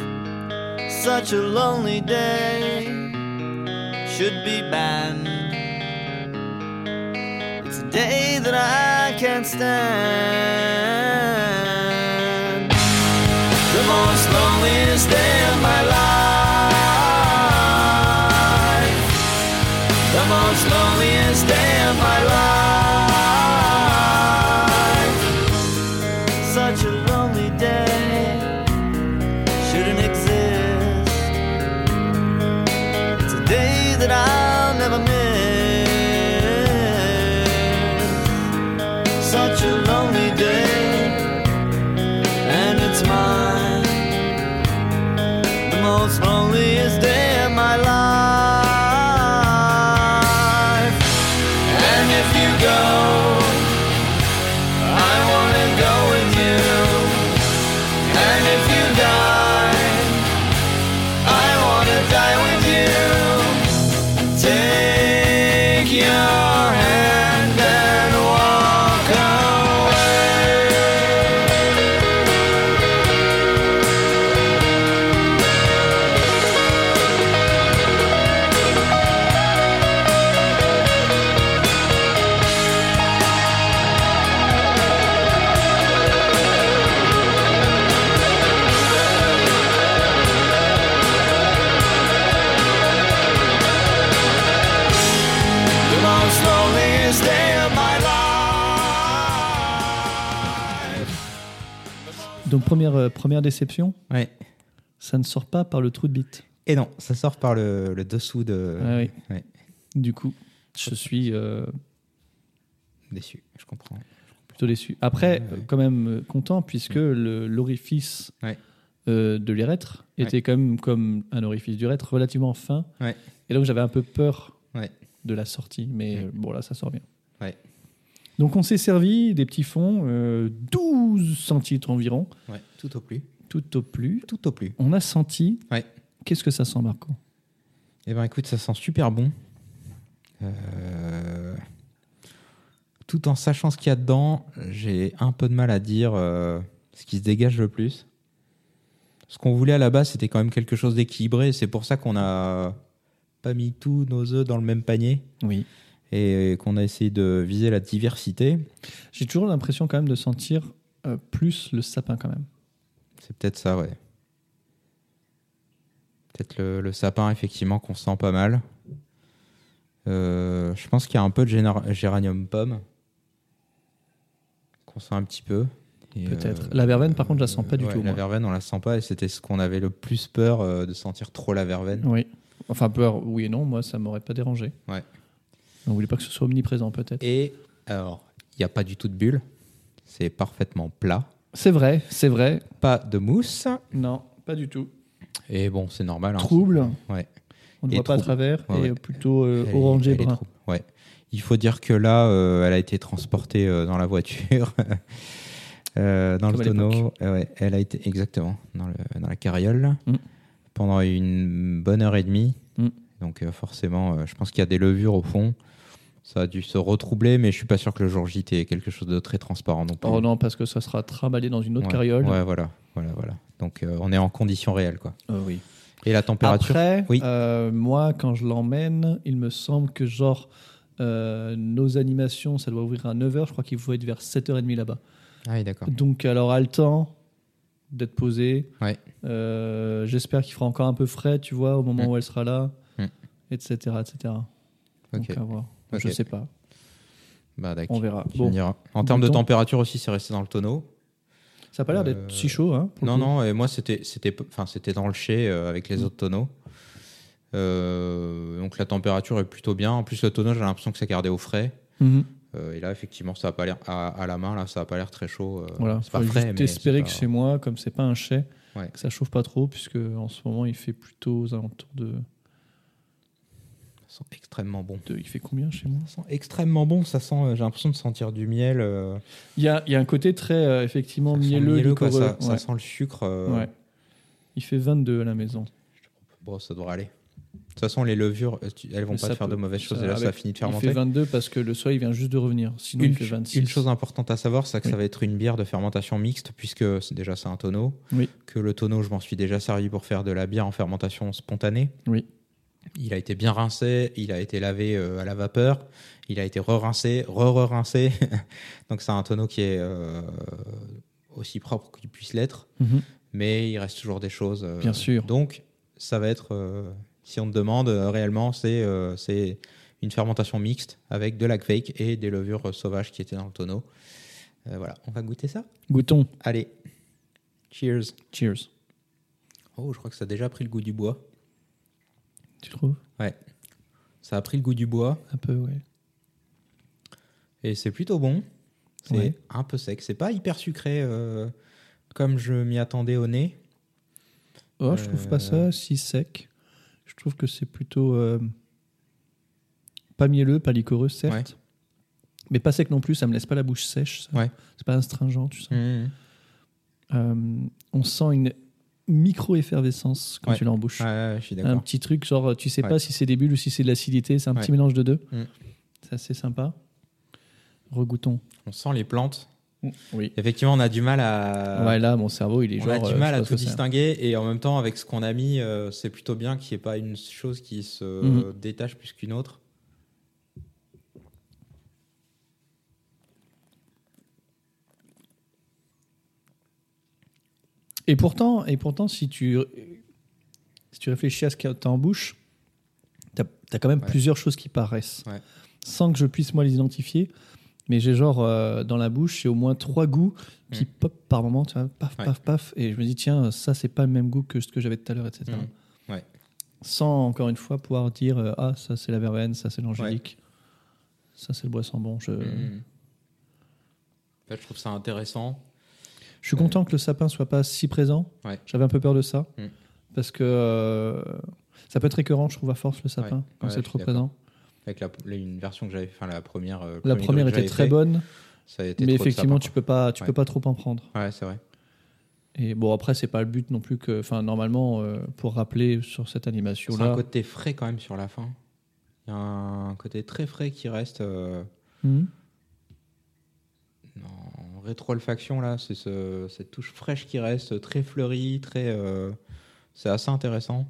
S6: Such a lonely day should be banned. It's a day that I can't stand. The most loneliest day of my life. The most loneliest day of my life. Such a lonely day shouldn't exist. It's a day that I'll never miss. Such a lonely day and it's mine. The most loneliest day of my life. And if you go, I wanna go with you. And if you die, I wanna die with you. Take your hand and walk away. The most loneliest day of my life.
S1: Donc, première, euh, première déception,
S2: Ouais.
S1: ça ne sort pas par le trou de bite.
S2: Et non, ça sort par le, le dessous de.
S1: Ah oui.
S2: Euh, Ouais.
S1: Du coup, je suis euh,
S2: Déçu, je comprends.
S1: plutôt déçu. Après,
S2: Ouais, ouais.
S1: euh, quand même euh, content, puisque le- l'orifice
S2: Ouais.
S1: euh, de l'urètre était quand même comme un orifice d'urètre relativement fin.
S2: Ouais.
S1: Et donc, j'avais un peu peur
S2: Ouais.
S1: de la sortie. Mais
S2: Ouais.
S1: euh, bon, là, ça sort bien.
S2: Ouais.
S1: Donc, on s'est servi des petits fonds, euh, 12 centilitres environ,
S2: Ouais, tout au plus.
S1: tout au plus.
S2: Tout au plus.
S1: On a senti.
S2: Ouais.
S1: Qu'est-ce que ça sent, Marco
S2: Eh ben écoute, ça sent super bon. Euh, Tout en sachant ce qu'il y a dedans, j'ai un peu de mal à dire euh, ce qui se dégage le plus. Ce qu'on voulait à la base, c'était quand même quelque chose d'équilibré. C'est pour ça qu'on n'a pas mis tous nos œufs dans le même panier
S1: Oui.
S2: et qu'on a essayé de viser la diversité.
S1: J'ai toujours l'impression quand même de sentir euh, plus le sapin quand même.
S2: C'est peut-être ça, ouais. Peut-être le, le sapin, effectivement, qu'on sent pas mal. Euh, je pense qu'il y a un peu de généra- géranium pomme. Qu'on sent un petit peu. Et,
S1: Peut-être.
S2: euh,
S1: La verveine, par contre, je la sens pas du
S2: ouais,
S1: tout,
S2: La
S1: moi.
S2: verveine, on la sent pas et c'était ce qu'on avait le plus peur euh, de sentir trop la verveine.
S1: Oui. Enfin, peur, oui et non, moi, ça m'aurait pas dérangé.
S2: Ouais.
S1: On voulait pas que ce soit omniprésent, peut-être.
S2: Et alors, il n'y a pas du tout de bulle. C'est parfaitement plat.
S1: C'est vrai, c'est vrai.
S2: Pas de mousse.
S1: Non, pas du tout.
S2: Et bon, c'est normal. hein.
S1: Trouble,
S2: Ouais.
S1: on ne
S2: Et
S1: voit pas à
S2: trouble.
S1: travers,
S2: Ouais,
S1: et
S2: ouais.
S1: plutôt euh,
S2: Elle est-
S1: orangé
S2: elle est
S1: brun.
S2: trouble. Ouais. Il faut dire que là, euh, elle a été transportée euh, dans la voiture, euh, dans
S1: Comme à
S2: le tonneau. Euh, ouais, elle a été exactement dans, le- dans la carriole
S1: Mm.
S2: pendant une bonne heure et demie.
S1: Mm.
S2: Donc euh, forcément, euh, je pense qu'il y a des levures au fond. Ça a dû se retroubler, mais je suis pas sûr que le jour J t'ait quelque chose de très transparent non plus.
S1: Oh non, parce que ça sera traballé dans une autre
S2: Ouais,
S1: carriole.
S2: Ouais, voilà, voilà, voilà. Donc euh, on est en condition réelle, quoi.
S1: Euh, oui.
S2: Et la température.
S1: Après,
S2: Oui.
S1: euh, moi, quand je l'emmène, il me semble que genre euh, nos animations, ça doit ouvrir à 9h. Je crois qu'il faut être vers 7h30 là-bas.
S2: Ah oui, d'accord.
S1: Donc, elle aura le temps d'être posée.
S2: Ouais.
S1: Euh, J'espère qu'il fera encore un peu frais, tu vois, au moment
S2: Mm.
S1: où elle sera là,
S2: Mm.
S1: etc. etc. Donc,
S2: Ok.
S1: à voir. Je
S2: Ok.
S1: sais pas.
S2: Bah, d'accord.
S1: On verra.
S2: Tu me
S1: Bon,
S2: diras. En termes de
S1: Bouton.
S2: température aussi, c'est resté dans le tonneau.
S1: ça a pas l'air d'être
S2: Euh,
S1: si chaud. Hein, pour le
S2: Non,
S1: coup.
S2: non, et moi, c'était c'était p- enfin, c'était dans le chai euh, avec
S1: Mhm.
S2: les autres tonneaux. Euh, donc la température est plutôt bien. En plus, le tonneau, j'ai l'impression que c'est gardé au frais.
S1: Mhm.
S2: Euh, et là, effectivement, ça a pas l'air à, à la main, là, ça a pas l'air très chaud. euh,
S1: Voilà,
S2: c'est pas
S1: faut
S2: frais,
S1: juste
S2: mais
S1: espérer
S2: c'est
S1: que
S2: pas-
S1: chez moi, comme c'est pas un chai,
S2: Ouais.
S1: que ça chauffe pas trop, puisque en ce moment il fait plutôt aux alentours de.
S2: Ça sent extrêmement bon.
S1: de- il fait combien chez moi
S2: Ça sent extrêmement bon. Ça sent. euh, j'ai l'impression de sentir du miel. euh,
S1: Il y a, il y a un côté très euh, effectivement
S2: ça sent
S1: mielleux,
S2: mielleux, quoi,
S1: liquoreux.
S2: ça, ça
S1: Ouais.
S2: sent le sucre. euh,
S1: Ouais. Il fait 22 à la maison.
S2: Bon, ça devrait aller. De toute façon, les levures, euh, tu- elles vont
S1: Mais
S2: pas
S1: ça
S2: te faire de
S1: peut-
S2: mauvaises choses.
S1: ça-
S2: et là, ça
S1: Euh, avec-
S2: finit de
S1: Il
S2: fermenter.
S1: fait 22 parce que le soleil vient juste de revenir. Sinon,
S2: une,
S1: il fait 26.
S2: une chose importante à savoir, c'est que ça
S1: Oui.
S2: va être une bière de fermentation mixte, puisque c'est- déjà c'est un tonneau.
S1: Oui.
S2: Que le tonneau, je m'en suis déjà servi pour faire de la bière en fermentation spontanée.
S1: Oui.
S2: Il a été bien rincé, il a été lavé euh, à la vapeur, il a été re-rincé, re-re-rincé. Donc c'est un tonneau qui est euh, aussi propre qu'il puisse l'être,
S1: Mhm.
S2: mais il reste toujours des choses. euh,
S1: Bien sûr.
S2: Donc ça va être, euh, si on te demande euh, réellement, c'est euh, c'est une fermentation mixte avec de la fake et des levures euh, sauvages qui étaient dans le tonneau. Euh, voilà, on va goûter ça.
S1: Goûtons.
S2: Allez, cheers.
S1: Cheers.
S2: Oh, je crois que ça a déjà pris le goût du bois.
S1: Tu trouves
S2: Ça a pris le goût du bois.
S1: Un peu, ouais.
S2: Et c'est plutôt bon. C'est
S1: Ouais.
S2: un peu sec. C'est pas hyper sucré euh, comme je m'y attendais au nez.
S1: Oh, je trouve
S2: Euh.
S1: pas ça si sec. Je trouve que c'est plutôt euh, pas mielleux, pas liquoreux, certes. Mais pas sec non plus, ça me laisse pas la bouche sèche. ça.
S2: Ouais.
S1: C'est pas astringent, tu sais. Euh, on sent une micro-effervescence quand
S2: Ouais.
S1: tu l'as en bouche.
S2: Ouais, ouais, je suis
S1: un
S2: d'accord.
S1: petit truc, genre tu sais
S2: Ouais.
S1: pas si c'est des bulles ou si c'est de l'acidité, c'est un petit
S2: Ouais.
S1: mélange de deux.
S2: Mm.
S1: C'est assez sympa. Regoutons.
S2: On sent les plantes.
S1: Oui.
S2: Effectivement, on a du mal à.
S1: Ouais, là, mon cerveau, il est
S2: Euh, on
S1: genre.
S2: a du
S1: euh,
S2: mal
S1: je sais pas
S2: à tout
S1: ce que c'est.
S2: distinguer et en même temps avec ce qu'on a mis, euh, c'est plutôt bien qu'il n'y ait pas une chose qui se
S1: Mhm.
S2: détache plus qu'une autre.
S1: Et pourtant, et pourtant si, tu, si tu réfléchis à ce que tu as en bouche, tu as, quand même
S2: Ouais.
S1: plusieurs choses qui paraissent.
S2: Ouais.
S1: Sans que je puisse moi les identifier. Mais j'ai genre euh, dans la bouche, j'ai au moins trois goûts qui
S2: Mm.
S1: pop par moment, tu vois, paf,
S2: Ouais.
S1: paf, paf. Et je me dis, tiens, ça, c'est pas le même goût que ce que j'avais tout à l'heure, etc.
S2: Mm. Ouais.
S1: Sans encore une fois pouvoir dire, euh, ah, ça c'est la verveine, ça c'est l'angélique, ça c'est le boisson bon. Je,
S2: Mhm. En fait, je trouve ça intéressant.
S1: Je suis content que le sapin soit pas si présent.
S2: Mm. Ouais.
S1: J'avais un peu peur de ça.
S2: Mm.
S1: Parce que euh, ça peut être écœurant, je trouve, à force, le sapin,
S2: Ouais.
S1: quand
S2: Ouais,
S1: c'est
S2: je suis
S1: trop présent.
S2: Avec la, la- une version que j'avais, enfin la première. euh,
S1: La
S2: premier
S1: première
S2: que
S1: était
S2: j'avais
S1: très
S2: fait,
S1: bonne,
S2: ça a été
S1: mais
S2: trop de
S1: effectivement,
S2: sapin,
S1: tu peux pas, tu
S2: Ouais.
S1: peux pas trop en prendre.
S2: quoi. Ouais, c'est vrai.
S1: Et bon, après, c'est pas le but non plus que. Enfin, normalement, euh, pour rappeler sur cette
S2: C'est un
S1: animation-là.
S2: côté frais quand même sur la fin. Il y a un côté très frais qui reste euh,
S1: Mhm.
S2: en rétro-olfaction là. C'est ce- cette touche fraîche qui reste très fleurie, très. euh, c'est assez intéressant.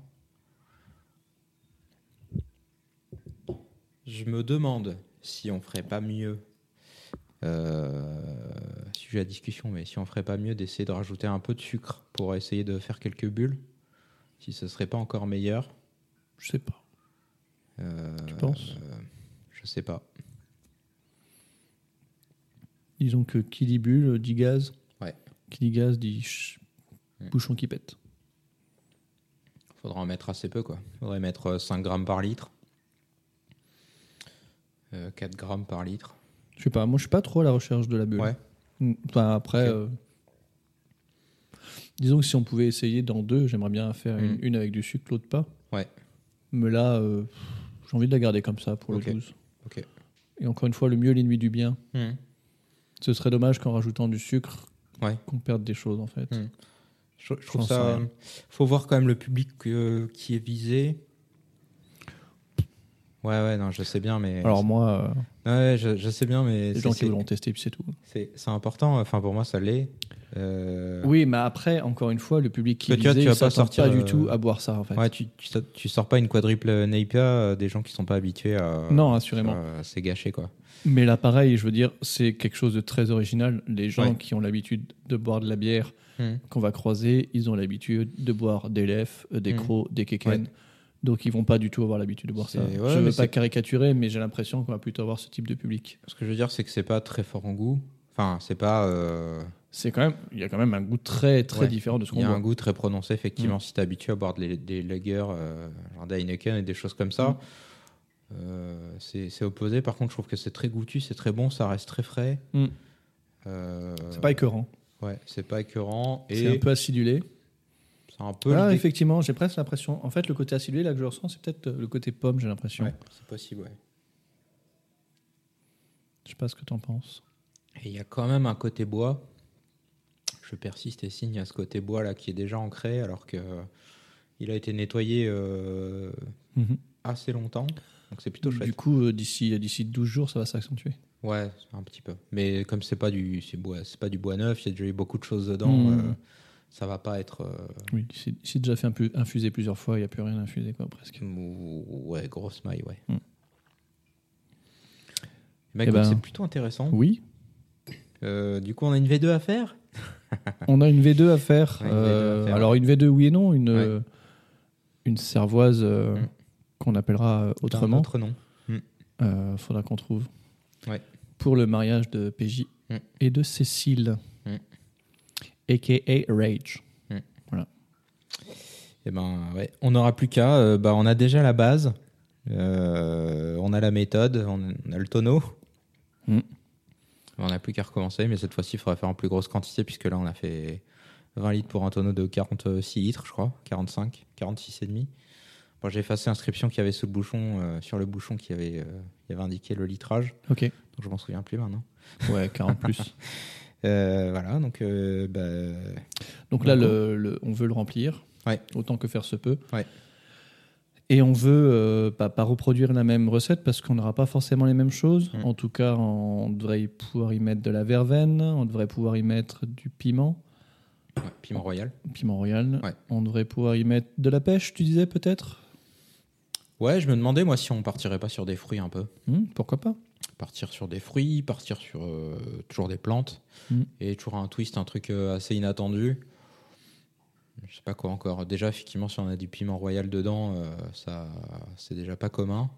S2: Je me demande si on ferait pas mieux. euh, sujet à discussion, mais si on ferait pas mieux d'essayer de rajouter un peu de sucre pour essayer de faire quelques bulles, si ce serait pas encore meilleur.
S1: Je sais pas.
S2: Euh,
S1: Tu penses
S2: euh, Je sais pas.
S1: Disons que qui dit bulle dit gaz.
S2: Ouais.
S1: Qui dit gaz dit ch-
S2: Mm.
S1: bouchon qui pète.
S2: Faudra en mettre assez peu, quoi. Faudrait mettre euh, 5 grammes par litre. Euh, 4 grammes par litre.
S1: Je sais pas, moi je suis pas trop à la recherche de la bulle.
S2: Ouais.
S1: Mm. Enfin, après,
S2: Ok.
S1: euh, disons que si on pouvait essayer dans deux, j'aimerais bien faire une,
S2: Mm.
S1: une avec du sucre, l'autre pas.
S2: Ouais.
S1: Mais là, euh, j'ai envie de la garder comme ça pour
S2: Ok.
S1: le 12.
S2: Ok.
S1: Et encore une fois, le mieux est l'ennemi du bien.
S2: Hmm.
S1: Ce serait dommage qu'en rajoutant du sucre,
S2: Ouais.
S1: qu'on perde des choses en fait.
S2: Hmm. Je, je trouve
S1: J'en sais
S2: ça. euh,
S1: rien.
S2: faut voir quand même le public euh, qui est visé. Ouais, ouais, non, je sais bien, mais.
S1: Alors moi, euh,
S2: Ouais, je, je sais bien, mais.
S1: les
S2: c'est-
S1: gens qui
S2: c'est-
S1: voudront tester, puis c'est tout.
S2: C'est c'est important, enfin pour moi ça l'est. Euh,
S1: Oui, mais après, encore une fois, le public qui
S2: Parce que tu vois,
S1: visait,
S2: tu vas
S1: il
S2: pas
S1: s'attend
S2: sortir,
S1: pas du
S2: euh,
S1: tout à boire ça en fait.
S2: ouais, tu, tu, sors- tu sors pas une quadruple Napier euh, des gens qui sont pas habitués à.
S1: non, assurément.
S2: Euh, C'est gâché quoi.
S1: Mais là, pareil, je veux dire, c'est quelque chose de très original. Les gens
S2: Ouais.
S1: qui ont l'habitude de boire de la bière
S2: Hmm.
S1: qu'on va croiser, ils ont l'habitude de boire des lèvres, euh, des
S2: Mm.
S1: crocs, des kékens.
S2: Ouais.
S1: Donc, ils vont pas du tout avoir l'habitude de boire ça.
S2: C'est- ouais,
S1: je
S2: mais
S1: veux
S2: c'est-
S1: pas caricaturer, mais j'ai l'impression qu'on va plutôt avoir ce type de public.
S2: Ce que je veux dire c'est que c'est pas très fort en goût. Enfin, c'est pas. euh,
S1: C'est quand même, il y a quand même un goût très très
S2: Ouais.
S1: différent de ce
S2: Il
S1: qu'on
S2: y a
S1: boit.
S2: un goût très prononcé
S1: Mm.
S2: effectivement si t'es habitué à boire des, des lagers, euh, genre des Heineken et des choses comme
S1: Mm.
S2: ça. Euh, c'est c'est opposé. Par contre, je trouve que c'est très goûtu, c'est très bon, ça reste très frais.
S1: Mm.
S2: Euh,
S1: C'est pas écœurant.
S2: Ouais, c'est pas écœurant et
S1: C'est un peu acidulé.
S2: c'est un peu.
S1: Ah,
S2: le dé-
S1: effectivement, j'ai presque l'impression. En fait, le côté acidulé là que je ressens, c'est peut-être euh, le côté pomme, j'ai l'impression.
S2: Ouais, c'est possible. Ouais.
S1: Je sais pas ce que t'en penses.
S2: Et il y a quand même un côté bois. Je persiste et signe à ce côté bois là qui est déjà ancré alors que euh, il a été nettoyé euh,
S1: Mhm.
S2: assez longtemps. Donc c'est plutôt chouette.
S1: Du coup, euh, d'ici d'ici 12 jours, ça va s'accentuer.
S2: Ouais, un petit peu. Mais comme c'est pas du c'est bois, c'est pas du bois neuf, il y a déjà eu beaucoup de choses dedans.
S1: Mhm.
S2: euh, ça va pas être euh,
S1: Oui, c'est c'est déjà fait un peu infuser plusieurs fois, il n'y a plus rien à infuser, quoi, presque.
S2: mou- ouais, grosse maille, ouais.
S1: Mhm.
S2: Bah,
S1: Eh
S2: écoute,
S1: ben-
S2: c'est plutôt intéressant.
S1: Oui,
S2: Euh, du coup, on a une V2 à faire
S1: on a une V2 à faire.
S2: Ouais, une V2 à
S1: euh,
S2: faire.
S1: alors, une V2, oui et non, une,
S2: Ouais.
S1: euh, une servoise euh,
S2: Mm.
S1: qu'on appellera euh,
S2: Un
S1: autrement.
S2: autre nom.
S1: Euh, faudra qu'on trouve.
S2: Ouais.
S1: Pour le mariage de PJ
S2: Mm.
S1: et de Cécile,
S2: Mm.
S1: a.k.a. Rage.
S2: Eh ben ouais, on n'aura plus qu'à. euh, bah, on a déjà la base, euh, on a la méthode, on on a le tonneau.
S1: Mm.
S2: On n'a plus qu'à recommencer, mais cette fois-ci, il faudra faire en plus grosse quantité, puisque là, on a fait 20 litres pour un tonneau de 46 litres, je crois, 45, 46 et demi. Bon, j'ai effacé l'inscription qu'il y avait sous le bouchon, euh, sur le bouchon qui avait, euh, il y avait indiqué le litrage,
S1: Ok.
S2: donc je m'en souviens plus maintenant.
S1: Ouais, 40 plus.
S2: Euh, voilà, donc euh, bah,
S1: Donc là, le- le- on veut le remplir,
S2: Ouais.
S1: autant que faire se peut.
S2: Ouais.
S1: Et on veut euh, pas, pas reproduire la même recette parce qu'on n'aura pas forcément les mêmes choses.
S2: Mm.
S1: En tout cas, on devrait y pouvoir y mettre de la verveine, on devrait pouvoir y mettre du piment,
S2: ouais, piment royal.
S1: piment royal.
S2: Ouais.
S1: On devrait pouvoir y mettre de la pêche, tu disais peut-être
S2: Ouais, je me demandais, moi, si on partirait pas sur des fruits un peu.
S1: Hmm, Pourquoi pas
S2: partir sur des fruits, partir sur euh, toujours des plantes,
S1: Mm.
S2: et toujours un twist, un truc euh, assez inattendu. Je sais pas quoi encore. Déjà, effectivement, si on a du piment royal dedans, euh, ça, c'est déjà pas commun.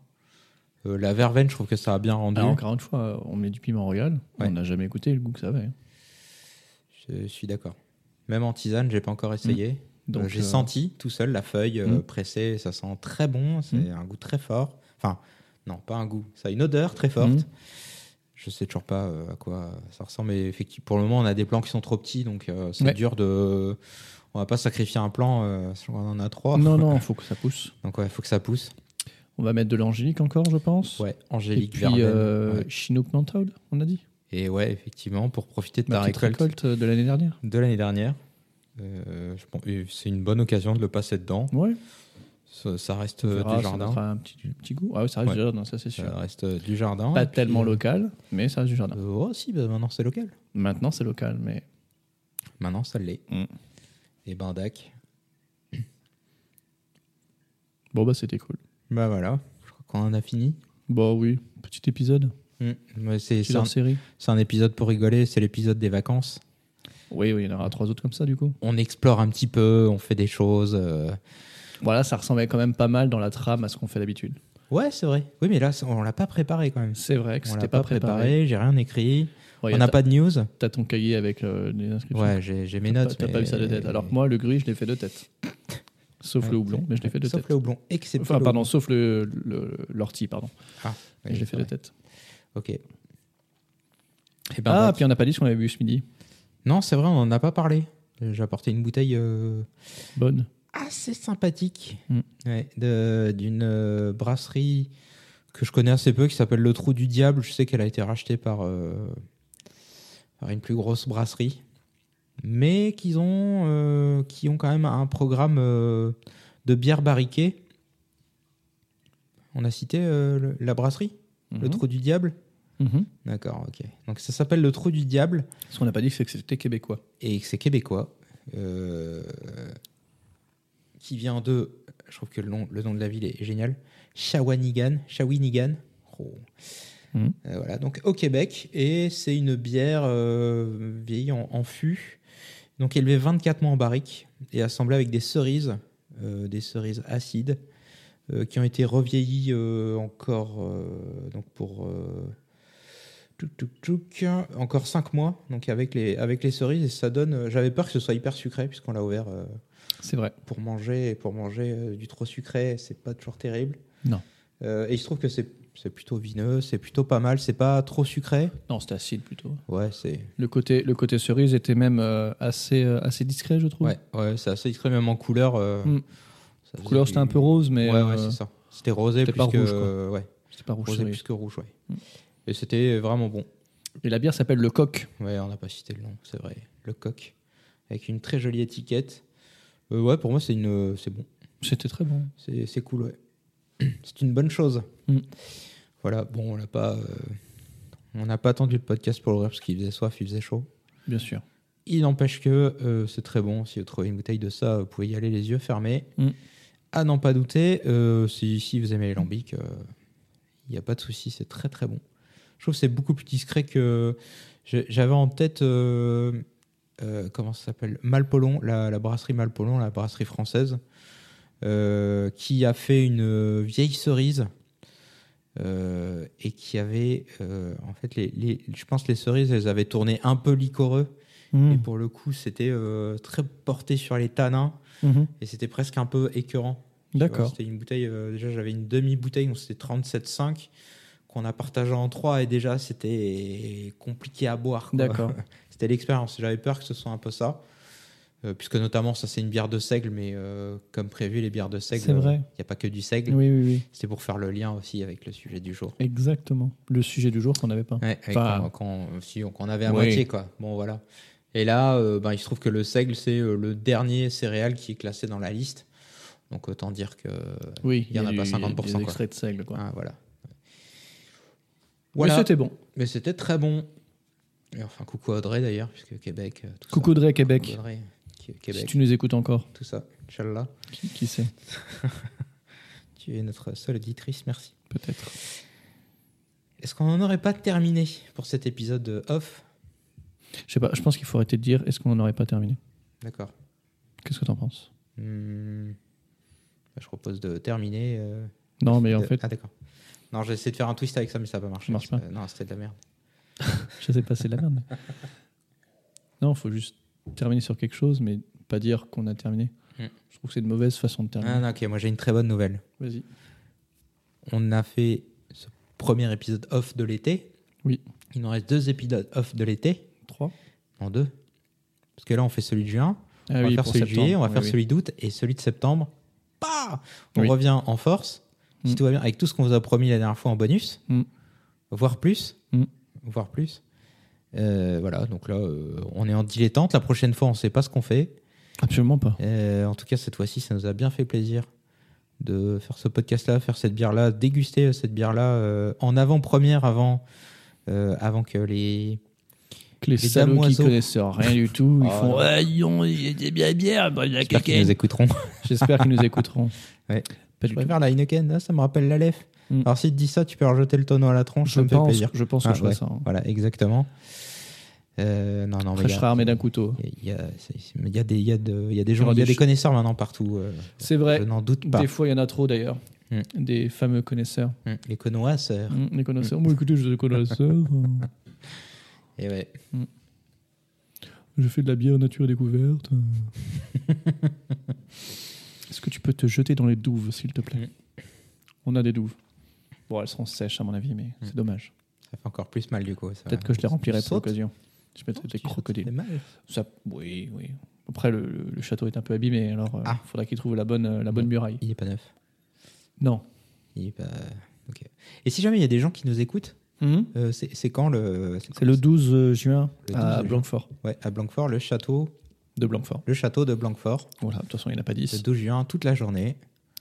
S2: Euh, la verveine, je trouve que ça a bien rendu.
S1: Alors, Ah, Encore une fois, on met du piment royal,
S2: Ouais.
S1: on n'a jamais goûté le goût que ça avait.
S2: Je suis d'accord. Même en tisane, j'ai pas encore essayé.
S1: Donc,
S2: Euh, j'ai
S1: euh,
S2: senti tout seul la feuille euh,
S1: Mm.
S2: pressée, ça sent très
S1: Hmm.
S2: bon, c'est un goût très fort. Enfin, non, pas un goût, ça a une odeur très forte.
S1: Mm.
S2: Je sais toujours pas euh, à quoi ça ressemble, mais effectivement, pour le moment, on a des plans qui sont trop petits, donc euh, c'est
S1: Ouais.
S2: dur de. On va pas sacrifier un plan, euh, si on en a trois.
S1: Non, non, il faut que ça pousse.
S2: Donc ouais, faut que ça pousse.
S1: On va mettre de l'angélique encore, je pense.
S2: Ouais,
S1: Et
S2: Angélique
S1: puis
S2: Verlaine.
S1: euh,
S2: Ouais.
S1: Chinook Mantaud, on a dit
S2: Et ouais, effectivement, pour profiter de
S1: Ma
S2: ta
S1: petite
S2: récolte,
S1: Bah, récolte euh, de l'année dernière.
S2: de l'année dernière, euh, je pense- et c'est une bonne occasion de le passer dedans.
S1: Ouais.
S2: Ça, ça reste
S1: On
S2: euh,
S1: verra,
S2: du
S1: ça
S2: jardin.
S1: donnera un petit, petit goût. Ah oui, ça reste
S2: Ouais.
S1: du jardin, ça c'est sûr.
S2: Ça reste euh, du jardin.
S1: Pas
S2: et puis,
S1: tellement
S2: euh,
S1: local, mais ça reste du jardin.
S2: euh, oh, si, bah, maintenant c'est local.
S1: Maintenant c'est local, mais
S2: Maintenant ça l'est.
S1: Mm.
S2: Et Bardac.
S1: bon bah c'était cool.
S2: Bah voilà, je crois qu'on en a fini.
S1: Bon oui, petit épisode,
S2: Mm. Mais C'est
S1: petite
S2: c'est un,
S1: hors série.
S2: c'est un épisode pour rigoler, c'est l'épisode des vacances.
S1: Oui, oui, il y en aura trois autres comme ça du coup.
S2: On explore un petit peu, on fait des choses. euh.
S1: Voilà, ça ressemblait quand même pas mal dans la trame à ce qu'on fait d'habitude.
S2: Ouais, c'est vrai. Oui, mais là, ça- on l'a pas préparé quand même.
S1: C'est vrai que
S2: On
S1: c'était
S2: l'a
S1: pas,
S2: pas
S1: préparé.
S2: préparé, j'ai rien écrit.
S1: Ouais, y
S2: on
S1: a
S2: n'a
S1: ta-
S2: pas de news.
S1: T'as ton cahier avec euh, les inscriptions.
S2: Ouais, j'ai j'ai mes
S1: T'as-
S2: notes.
S1: T'as pas
S2: mais- euh,
S1: vu ça de tête. Alors que moi, le gris, je l'ai fait de tête. Sauf le houblon, mais je l'ai fait de
S2: Sauf
S1: tête.
S2: le houblon, excepté
S1: Enfin,
S2: le
S1: pardon,
S2: houblon.
S1: sauf le- le- l'ortie, pardon.
S2: Ah,
S1: Et
S2: oui,
S1: je l'ai fait de
S2: c'est vrai.
S1: tête.
S2: Ok. Et ben,
S1: Ah,
S2: Bardac.
S1: puis on n'a pas dit ce qu'on avait bu ce midi.
S2: Non, c'est vrai, on en a pas parlé. J'ai apporté une bouteille euh,
S1: Bonne.
S2: assez sympathique
S1: Mm.
S2: ouais, de- d'une euh, brasserie que je connais assez peu, qui s'appelle Le Trou du Diable. Je sais qu'elle a été rachetée par, euh, par une plus grosse brasserie. Mais qu'ils ont, euh, qui ont quand même un programme euh, de bière barriquée. On a cité euh, le- la brasserie Le
S1: Mhm.
S2: Trou du Diable
S1: Mhm.
S2: D'accord, ok. Donc ça s'appelle Le Trou du Diable
S1: Ce qu'on n'a pas dit, c'est que c'était québécois.
S2: et que c'est québécois, euh, qui vient de, je trouve que le nom, le nom de la ville est génial, Shawinigan, Shawinigan. Oh.
S1: Mhm.
S2: Euh, voilà, donc au Québec, et c'est une bière euh, vieillie en, en fût, donc élevée 24 mois en barrique et assemblée avec des cerises, euh, des cerises acides, euh, qui ont été revieillies euh, encore euh, donc pour euh, Touc, touc, touc. Encore 5 mois, donc avec les, avec les cerises, et ça donne. euh, J'avais peur que ce soit hyper sucré, puisqu'on l'a ouvert euh,
S1: C'est vrai.
S2: pour manger, et pour manger euh, du trop sucré, c'est pas toujours terrible.
S1: Non.
S2: Euh, et il se trouve que c'est c'est plutôt vineux, c'est plutôt pas mal, c'est pas trop sucré.
S1: Non, c'était acide plutôt.
S2: Ouais, c'est
S1: Le côté, le côté cerise était même euh, assez, euh, assez discret, je trouve.
S2: ouais, ouais, c'est assez sucré, même en couleur. euh,
S1: Mm.
S2: ça faisait
S1: couleur,
S2: du-
S1: c'était un peu rose, mais
S2: Ouais,
S1: euh,
S2: ouais, c'est ça. C'était rosé
S1: c'était
S2: plus
S1: pas
S2: que.
S1: rouge, quoi.
S2: euh, ouais,
S1: c'était pas rouge Mm.
S2: rosé
S1: cerise.
S2: plus que rouge, ouais. Et c'était vraiment bon.
S1: Et la bière s'appelle le coq.
S2: Ouais, on n'a pas cité le nom, c'est vrai. Le coq, avec une très jolie étiquette. Euh, ouais, pour moi, c'est une, euh, c'est bon,
S1: C'était très bon.
S2: c'est c'est cool, ouais. C'est une bonne chose.
S1: Mm.
S2: Voilà, bon, on n'a pas, euh, on n'a pas attendu le podcast pour l'ouvrir parce qu'il faisait soif, il faisait chaud.
S1: Bien sûr.
S2: Il n'empêche que euh, c'est très bon. Si vous trouvez une bouteille de ça, vous pouvez y aller les yeux fermés.
S1: Mm.
S2: À n'en pas douter. Euh, si, si vous aimez les lambics, il n'y a pas de souci, c'est très très bon. Je trouve que c'est beaucoup plus discret que. j'ai- J'avais en tête. euh, euh, comment ça s'appelle Malpolon, la, la brasserie Malpolon, la brasserie française, euh, qui a fait une euh, vieille cerise. euh, et qui avait euh, en fait les, les- je pense les cerises elles avaient tourné un peu liquoreux
S1: Mhm. Hmm.
S2: et pour le coup, c'était euh, très porté sur les tanins
S1: Mhm.
S2: et c'était presque un peu écœurant. Tu vois,
S1: D'accord.
S2: C'était une bouteille, euh, déjà j'avais une demi-bouteille, donc c'était 37,5 qu'on a partagé en trois et déjà c'était compliqué à boire. quoi.
S1: D'accord.
S2: c'était l'expérience. J'avais peur que ce soit un peu ça. euh, puisque notamment, ça c'est une bière de seigle, mais euh, comme prévu, les bières de seigle,
S1: C'est vrai.
S2: il n'y a pas que du seigle.
S1: Oui, oui, oui.
S2: C'était pour faire le lien aussi avec le sujet du jour.
S1: Exactement. Le sujet du jour qu'on n'avait pas.
S2: Ouais, ouais,
S1: Enfin,
S2: qu'on- qu'on- si, on- qu'on avait à
S1: oui.
S2: moitié, quoi. Bon, voilà. Et là, euh, ben, il se trouve que le seigle, c'est euh, le dernier céréal qui est classé dans la liste. Donc, autant dire que.
S1: Oui,
S2: Il y en a
S1: du-
S2: pas 50%,
S1: Des
S2: quoi.
S1: extraits de seigle, quoi.
S2: Ah, voilà.
S1: Mais
S2: Voilà.
S1: c'était bon.
S2: Mais c'était très bon. Et enfin, coucou à Audrey d'ailleurs, puisque Québec. euh, tout
S1: Coucou
S2: ça.
S1: Audrey, Québec.
S2: Coucou Audrey, Qu-
S1: Si
S2: Québec,
S1: tu nous écoutes encore,
S2: tout ça. Inch'Allah.
S1: qui, qui sait
S2: Tu es notre seule auditrice, merci.
S1: Peut-être.
S2: Est-ce qu'on n'en aurait pas terminé pour cet épisode de off
S1: Je sais pas, je pense qu'il faut arrêter de dire est-ce qu'on n'aurait pas terminé
S2: D'accord.
S1: Qu'est-ce que t'en penses
S2: Hmm. Ben, Je propose de terminer. euh,
S1: Non, mais en
S2: Euh,
S1: fait,
S2: Ah, d'accord. Non, j'ai essayé de faire un twist avec ça, mais ça n'a pas marché.
S1: Ça marche pas.
S2: Euh, non, c'était de la merde.
S1: je sais pas, c'est de la merde. non, il faut juste terminer sur quelque chose, mais pas dire qu'on a terminé.
S2: Hmm.
S1: Je trouve que c'est une mauvaise façon de terminer.
S2: Ah, non, ok, moi j'ai une très bonne nouvelle.
S1: Vas-y.
S2: On a fait ce premier épisode off de l'été.
S1: Oui.
S2: Il nous reste deux épisodes off de l'été.
S1: 3
S2: En deux. Parce que là, on fait celui de juin,
S1: ah,
S2: on va
S1: oui,
S2: faire
S1: pour
S2: celui de
S1: septembre.
S2: juillet, on va
S1: Oui,
S2: faire
S1: oui.
S2: celui d'août et celui de septembre. Bah on
S1: Oui.
S2: revient en force. Si
S1: Mm.
S2: tout va bien, avec tout ce qu'on vous a promis la dernière fois en bonus,
S1: Mm.
S2: voire plus.
S1: Mm.
S2: Voire plus. Euh, voilà, donc là, euh, on est en dilettante. La prochaine fois, on ne sait pas ce qu'on fait.
S1: Absolument pas.
S2: Euh, en tout cas, cette fois-ci, ça nous a bien fait plaisir de faire ce podcast-là, faire cette bière-là, déguster euh, cette bière-là euh, en avant-première avant, euh, avant que les.
S1: Que les,
S2: Les
S1: salauds qui
S2: damoiseaux.
S1: connaissent rien du tout, ils
S2: Ah,
S1: font
S2: non.
S1: Ah, ils ont des bien bières, bah, il y a
S2: J'espère qu'ils
S1: quelqu'un.
S2: nous écouteront.
S1: J'espère qu'ils nous écouteront.
S2: Ouais.
S1: Pas
S2: Je
S1: du tout.
S2: préfère la Heineken, là, ça me rappelle la lèvre.
S1: Mm.
S2: Alors, si tu dis ça, tu peux rejeter le tonneau à la tronche,
S1: Je
S2: ça me fait
S1: pense,
S2: plaisir.
S1: je pense que
S2: Ah,
S1: je
S2: ouais.
S1: fais ça. hein.
S2: Voilà, exactement. Euh, non, non, mais.
S1: Après,
S2: il
S1: je
S2: y a-
S1: serai armé d'un couteau.
S2: Il y a, c'est- c'est- il y a des, il y a de- il y a des gens,
S1: aura
S2: il y a
S1: des
S2: des
S1: ch-
S2: connaisseurs maintenant partout. euh,
S1: C'est
S2: Je
S1: vrai.
S2: n'en doute pas.
S1: Des fois, il y en a trop d'ailleurs.
S2: Hmm.
S1: Des fameux connaisseurs.
S2: Mm. Les connoisseurs.
S1: Hmm, Les connaisseurs. Moi, écoutez, je suis connaisseur.
S2: Et ouais.
S1: Je fais de la bière nature et découverte. Est-ce que tu peux te jeter dans les douves, s'il te plaît On a des douves. Bon, elles seront sèches, à mon avis,
S2: Mm.
S1: mais c'est dommage.
S2: Ça fait encore plus mal du coup. ça.
S1: Peut-être que je les remplirai
S2: Tu
S1: pour
S2: Bah, sautes Oh,
S1: l'occasion. Je mettrai des
S2: Tu sautes,
S1: crocodiles.
S2: c'est mal.
S1: Ça- oui, oui. Après, le, le- le château est un peu abîmé, alors il
S2: Ah.
S1: euh,
S2: Mm.
S1: faudra qu'il trouve la bonne, euh, la bonne muraille.
S2: Il est pas neuf.
S1: Non,
S2: Il est pas- Ok. Et si jamais il y a des gens qui nous écoutent,
S1: Mhm.
S2: euh, c'est c'est quand le c'est
S1: C'est le 12 juin
S2: Le 12
S1: à
S2: juin.
S1: Blanquefort.
S2: ouais, à Blanquefort, le château,
S1: De Blanquefort.
S2: le château de Blanquefort,
S1: Voilà, de toute façon, il n'y en a pas
S2: le
S1: 10.
S2: 12 juin, toute la journée.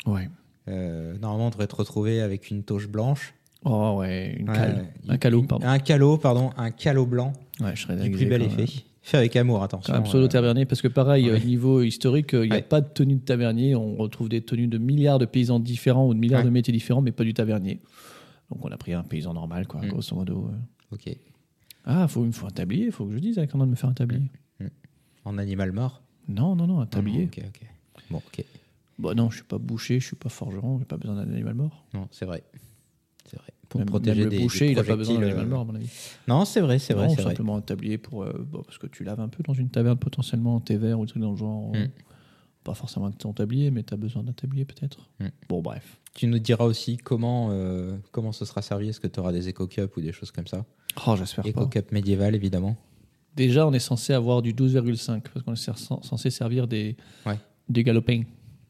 S1: Ouais.
S2: Euh, normalement, on devrait te retrouver avec une toche blanche.
S1: Oh ouais, une
S2: Ouais,
S1: cale.
S2: ouais.
S1: un calot,
S2: Une-
S1: pardon.
S2: Un calot, pardon, un calot blanc
S1: Ouais, je serais
S2: du plus
S1: déguisé
S2: bel
S1: comme un-
S2: effet. Fait avec amour, attention.
S1: Comme un pseudo
S2: euh,
S1: tavernier, parce que pareil,
S2: ouais.
S1: euh, niveau historique, euh, il n'y a
S2: Ouais.
S1: pas de tenue de tavernier. On retrouve des tenues de milliards de paysans différents ou de milliards
S2: Ouais.
S1: de métiers différents, mais pas du tavernier. Donc on a pris un paysan normal, quoi,
S2: Mm.
S1: grosso modo. euh.
S2: ok.
S1: Ah, faut, il me faut un tablier, il faut que je dise hein, à Alexandre de me faire un tablier.
S2: En animal mort.
S1: Non, non, non, un tablier.
S2: Ok, ok. Bon, ok.
S1: Bah non, je suis pas boucher, je suis pas forgeron, j'ai pas besoin d'un animal mort.
S2: Non, c'est vrai. C'est vrai. Pour
S1: Même-
S2: protéger
S1: même le
S2: des,
S1: boucher,
S2: des
S1: il a pas besoin d'un
S2: projectiles,
S1: animal
S2: euh,
S1: mort, à mon avis.
S2: Non, c'est vrai, c'est vrai,
S1: Non,
S2: c'est vrai.
S1: simplement un tablier pour. euh, bon, parce que tu laves un peu dans une taverne potentiellement thé vert ou des trucs dans le genre.
S2: Mm.
S1: Pas forcément avec ton tablier, mais tu as besoin d'un tablier peut-être.
S2: Mm.
S1: Bon, bref.
S2: Tu nous diras aussi comment, euh, comment ce sera servi. Est-ce que tu auras des éco-cups ou des choses comme ça
S1: Oh, j'espère pas.
S2: Éco-cups médiévales, évidemment.
S1: Déjà, on est censé avoir du 12,5 parce qu'on est cer- censé servir des,
S2: Ouais.
S1: des galopins.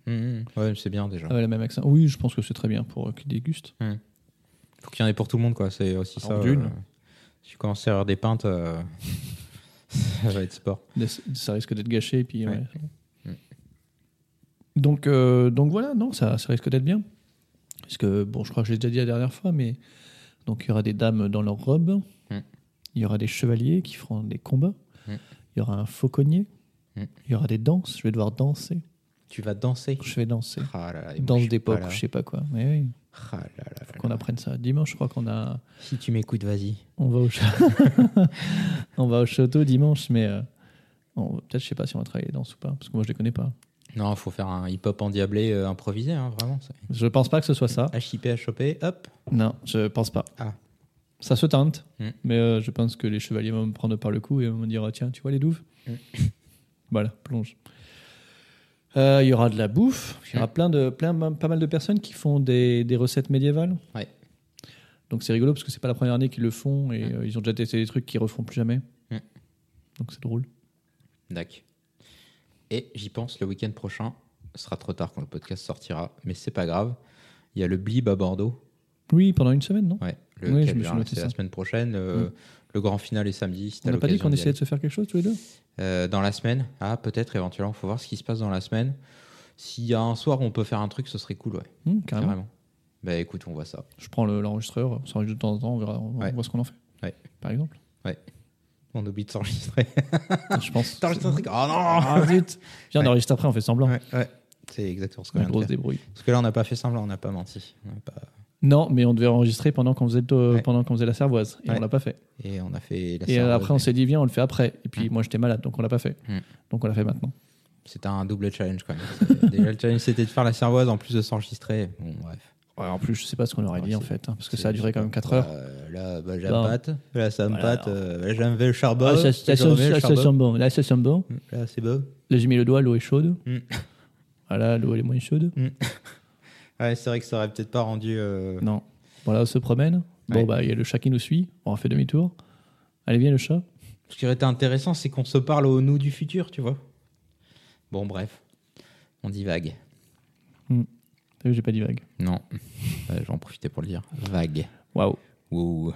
S2: Mhm. Ouais, c'est bien déjà.
S1: Mmh, Ah ouais, le même accent. Oui, je pense que c'est très bien pour euh, qu'ils dégustent.
S2: Faut qu'il y en ait pour tout le monde, quoi. C'est aussi
S1: En
S2: ça.
S1: d'une.
S2: euh, si tu commences à avoir des pintes, euh, ça va être sport.
S1: Mais c- Ça risque d'être gâché. et Puis,
S2: Ouais. Mm.
S1: ouais. Donc, euh, donc voilà, non, ça, ça risque d'être bien. Parce que, bon, je crois que j'ai déjà dit la dernière fois, mais donc il y aura des dames dans leurs robes,
S2: Mm.
S1: il y aura des chevaliers qui feront des combats,
S2: Mm.
S1: il y aura un fauconnier,
S2: Mm.
S1: il y aura des danses. Je vais devoir danser.
S2: Tu vas danser.
S1: Je vais danser.
S2: Ah là là, et moi, je
S1: Danse
S2: suis
S1: d'époque,
S2: pas là.
S1: je sais pas quoi. Mais oui,
S2: Ah là là là
S1: qu'on
S2: là.
S1: apprenne ça. Dimanche, je crois qu'on a.
S2: Si tu m'écoutes, vas-y.
S1: On va au, ch- on va au château dimanche, mais euh, on- peut-être je sais pas si on va travailler les danses ou pas, parce que moi je les connais pas.
S2: Non, faut faire un hip-hop endiablé euh, improvisé, hein, vraiment. c'est-
S1: Je pense pas que ce soit ça.
S2: HIP, HOP, hop.
S1: Non, je pense pas.
S2: Ah.
S1: Ça se tente,
S2: Mm.
S1: mais euh, je pense que les chevaliers vont me prendre par le cou et vont me dire tiens, tu vois les douves
S2: Mm.
S1: Voilà, plonge. Euh, Il y aura de la bouffe, il y
S2: Mm.
S1: aura plein de, plein, pas mal de personnes qui font des, des recettes médiévales.
S2: Ouais.
S1: Donc c'est rigolo parce que c'est pas la première année qu'ils le font et euh, ils ont déjà testé des trucs qu'ils refont plus jamais.
S2: Mm.
S1: Donc c'est drôle.
S2: D'accord. Et j'y pense, le week-end prochain, ce sera trop tard quand le podcast sortira, mais c'est pas grave. Il y a le Blib à Bordeaux.
S1: Oui, pendant une semaine, non
S2: Ouais, le
S1: Oui, je
S2: quatre
S1: me suis
S2: juin,
S1: noté
S2: c'est la
S1: ça.
S2: semaine prochaine. euh, Le grand final est samedi. si t'as
S1: On n'a pas dit
S2: l'occasion
S1: qu'on
S2: d'y aller.
S1: essayait de se faire quelque chose tous les deux
S2: Euh, dans la semaine. Ah, peut-être éventuellement. Faut voir ce qui se passe dans la semaine. S'il y a un soir où on peut faire un truc, ce serait cool, ouais.
S1: Hum, Carrément.
S2: Carrément. Bah écoute, on voit ça.
S1: Je prends le- l'enregistreur, on s'enregistre de temps en temps, on, verra, on
S2: Ouais.
S1: voit ce qu'on en fait.
S2: Ouais.
S1: Par exemple.
S2: On oublie de s'enregistrer.
S1: Je pense.
S2: T'enregistres un truc. Oh non
S1: Ah zut Viens, on
S2: Ouais.
S1: enregistre après, on fait semblant.
S2: Ouais, ouais. C'est exactement ce qu'on
S1: La
S2: vient de
S1: grosse
S2: faire.
S1: débrouille.
S2: Parce que là, on n'a pas fait semblant, on n'a pas menti. On n'a pas-
S1: Non, mais on devait enregistrer pendant qu'on faisait, le to-
S2: Ouais.
S1: pendant qu'on faisait la cervoise. Et
S2: Ouais.
S1: on l'a pas fait.
S2: Et on a fait la
S1: et euh,
S2: serveuse,
S1: après, on
S2: mais
S1: s'est dit, viens, on le fait après. Et puis moi, j'étais malade, donc on l'a pas fait.
S2: Mm.
S1: Donc on l'a fait maintenant.
S2: C'était un double challenge quand même. C'est- Déjà, le challenge, c'était de faire la servoise en plus de s'enregistrer. Bon, bref.
S1: Ouais, en plus, je sais pas ce qu'on aurait
S2: Ouais,
S1: dit en
S2: c'est-
S1: fait, hein, parce que
S2: c'est-
S1: ça a duré quand même 4 heures.
S2: Euh, là, bah, j'aime
S1: Non.
S2: pâte. Là, ça me
S1: Voilà,
S2: pâte.
S1: non.
S2: Euh, là, j'aime le charbon.
S1: Ah, ça,
S2: Là,
S1: ça,
S2: je remets le
S1: ça- ça
S2: charbon.
S1: sent bon. Là, ça sent bon.
S2: Là, c'est beau.
S1: Là, j'ai mis le doigt, l'eau est chaude.
S2: Mm.
S1: Voilà, l'eau elle est moins chaude.
S2: Ouais, c'est vrai que ça aurait peut-être pas rendu. euh,
S1: Non. Bon, là, on se promène. Bon,
S2: Ouais.
S1: bah, il y a le chat qui nous suit. On fait demi-tour. Allez, viens, le chat.
S2: Ce qui aurait été intéressant, c'est qu'on se parle au nous du futur, tu vois. Bon, bref. On divague.
S1: T'as vu, j'ai pas dit vague.
S2: Non. Bah, J'en profitais pour le dire. Vague.
S1: Waouh.
S2: Wow.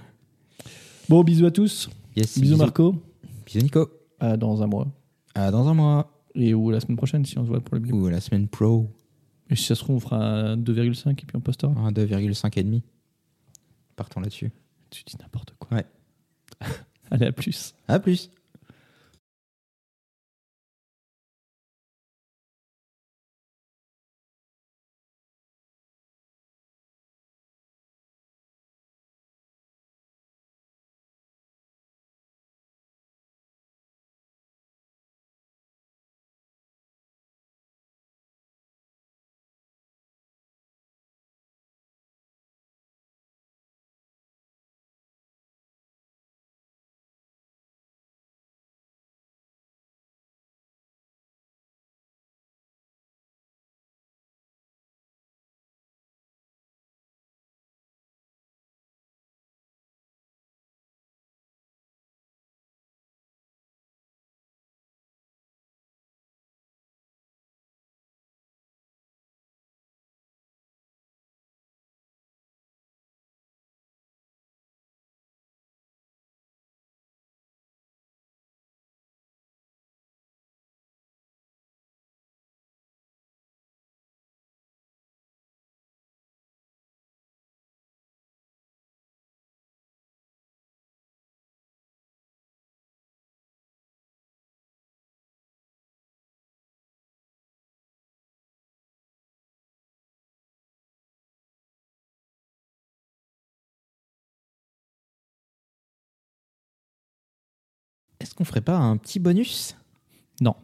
S1: Bon, bisous à tous.
S2: Yes,
S1: Bisous, Marco.
S2: Bisous, Nico.
S1: À euh, dans un mois.
S2: À dans un mois.
S1: Et ou la semaine prochaine, si on se voit pour le bilan.
S2: Ou à la semaine pro.
S1: Et si ça se trouve, on fera un 2,5 et puis on postera.
S2: Un 2,5 et demi. Partons là-dessus.
S1: Tu dis n'importe quoi.
S2: Ouais.
S1: Allez, à plus.
S2: À plus. qu'on ferait pas un petit bonus
S1: Non.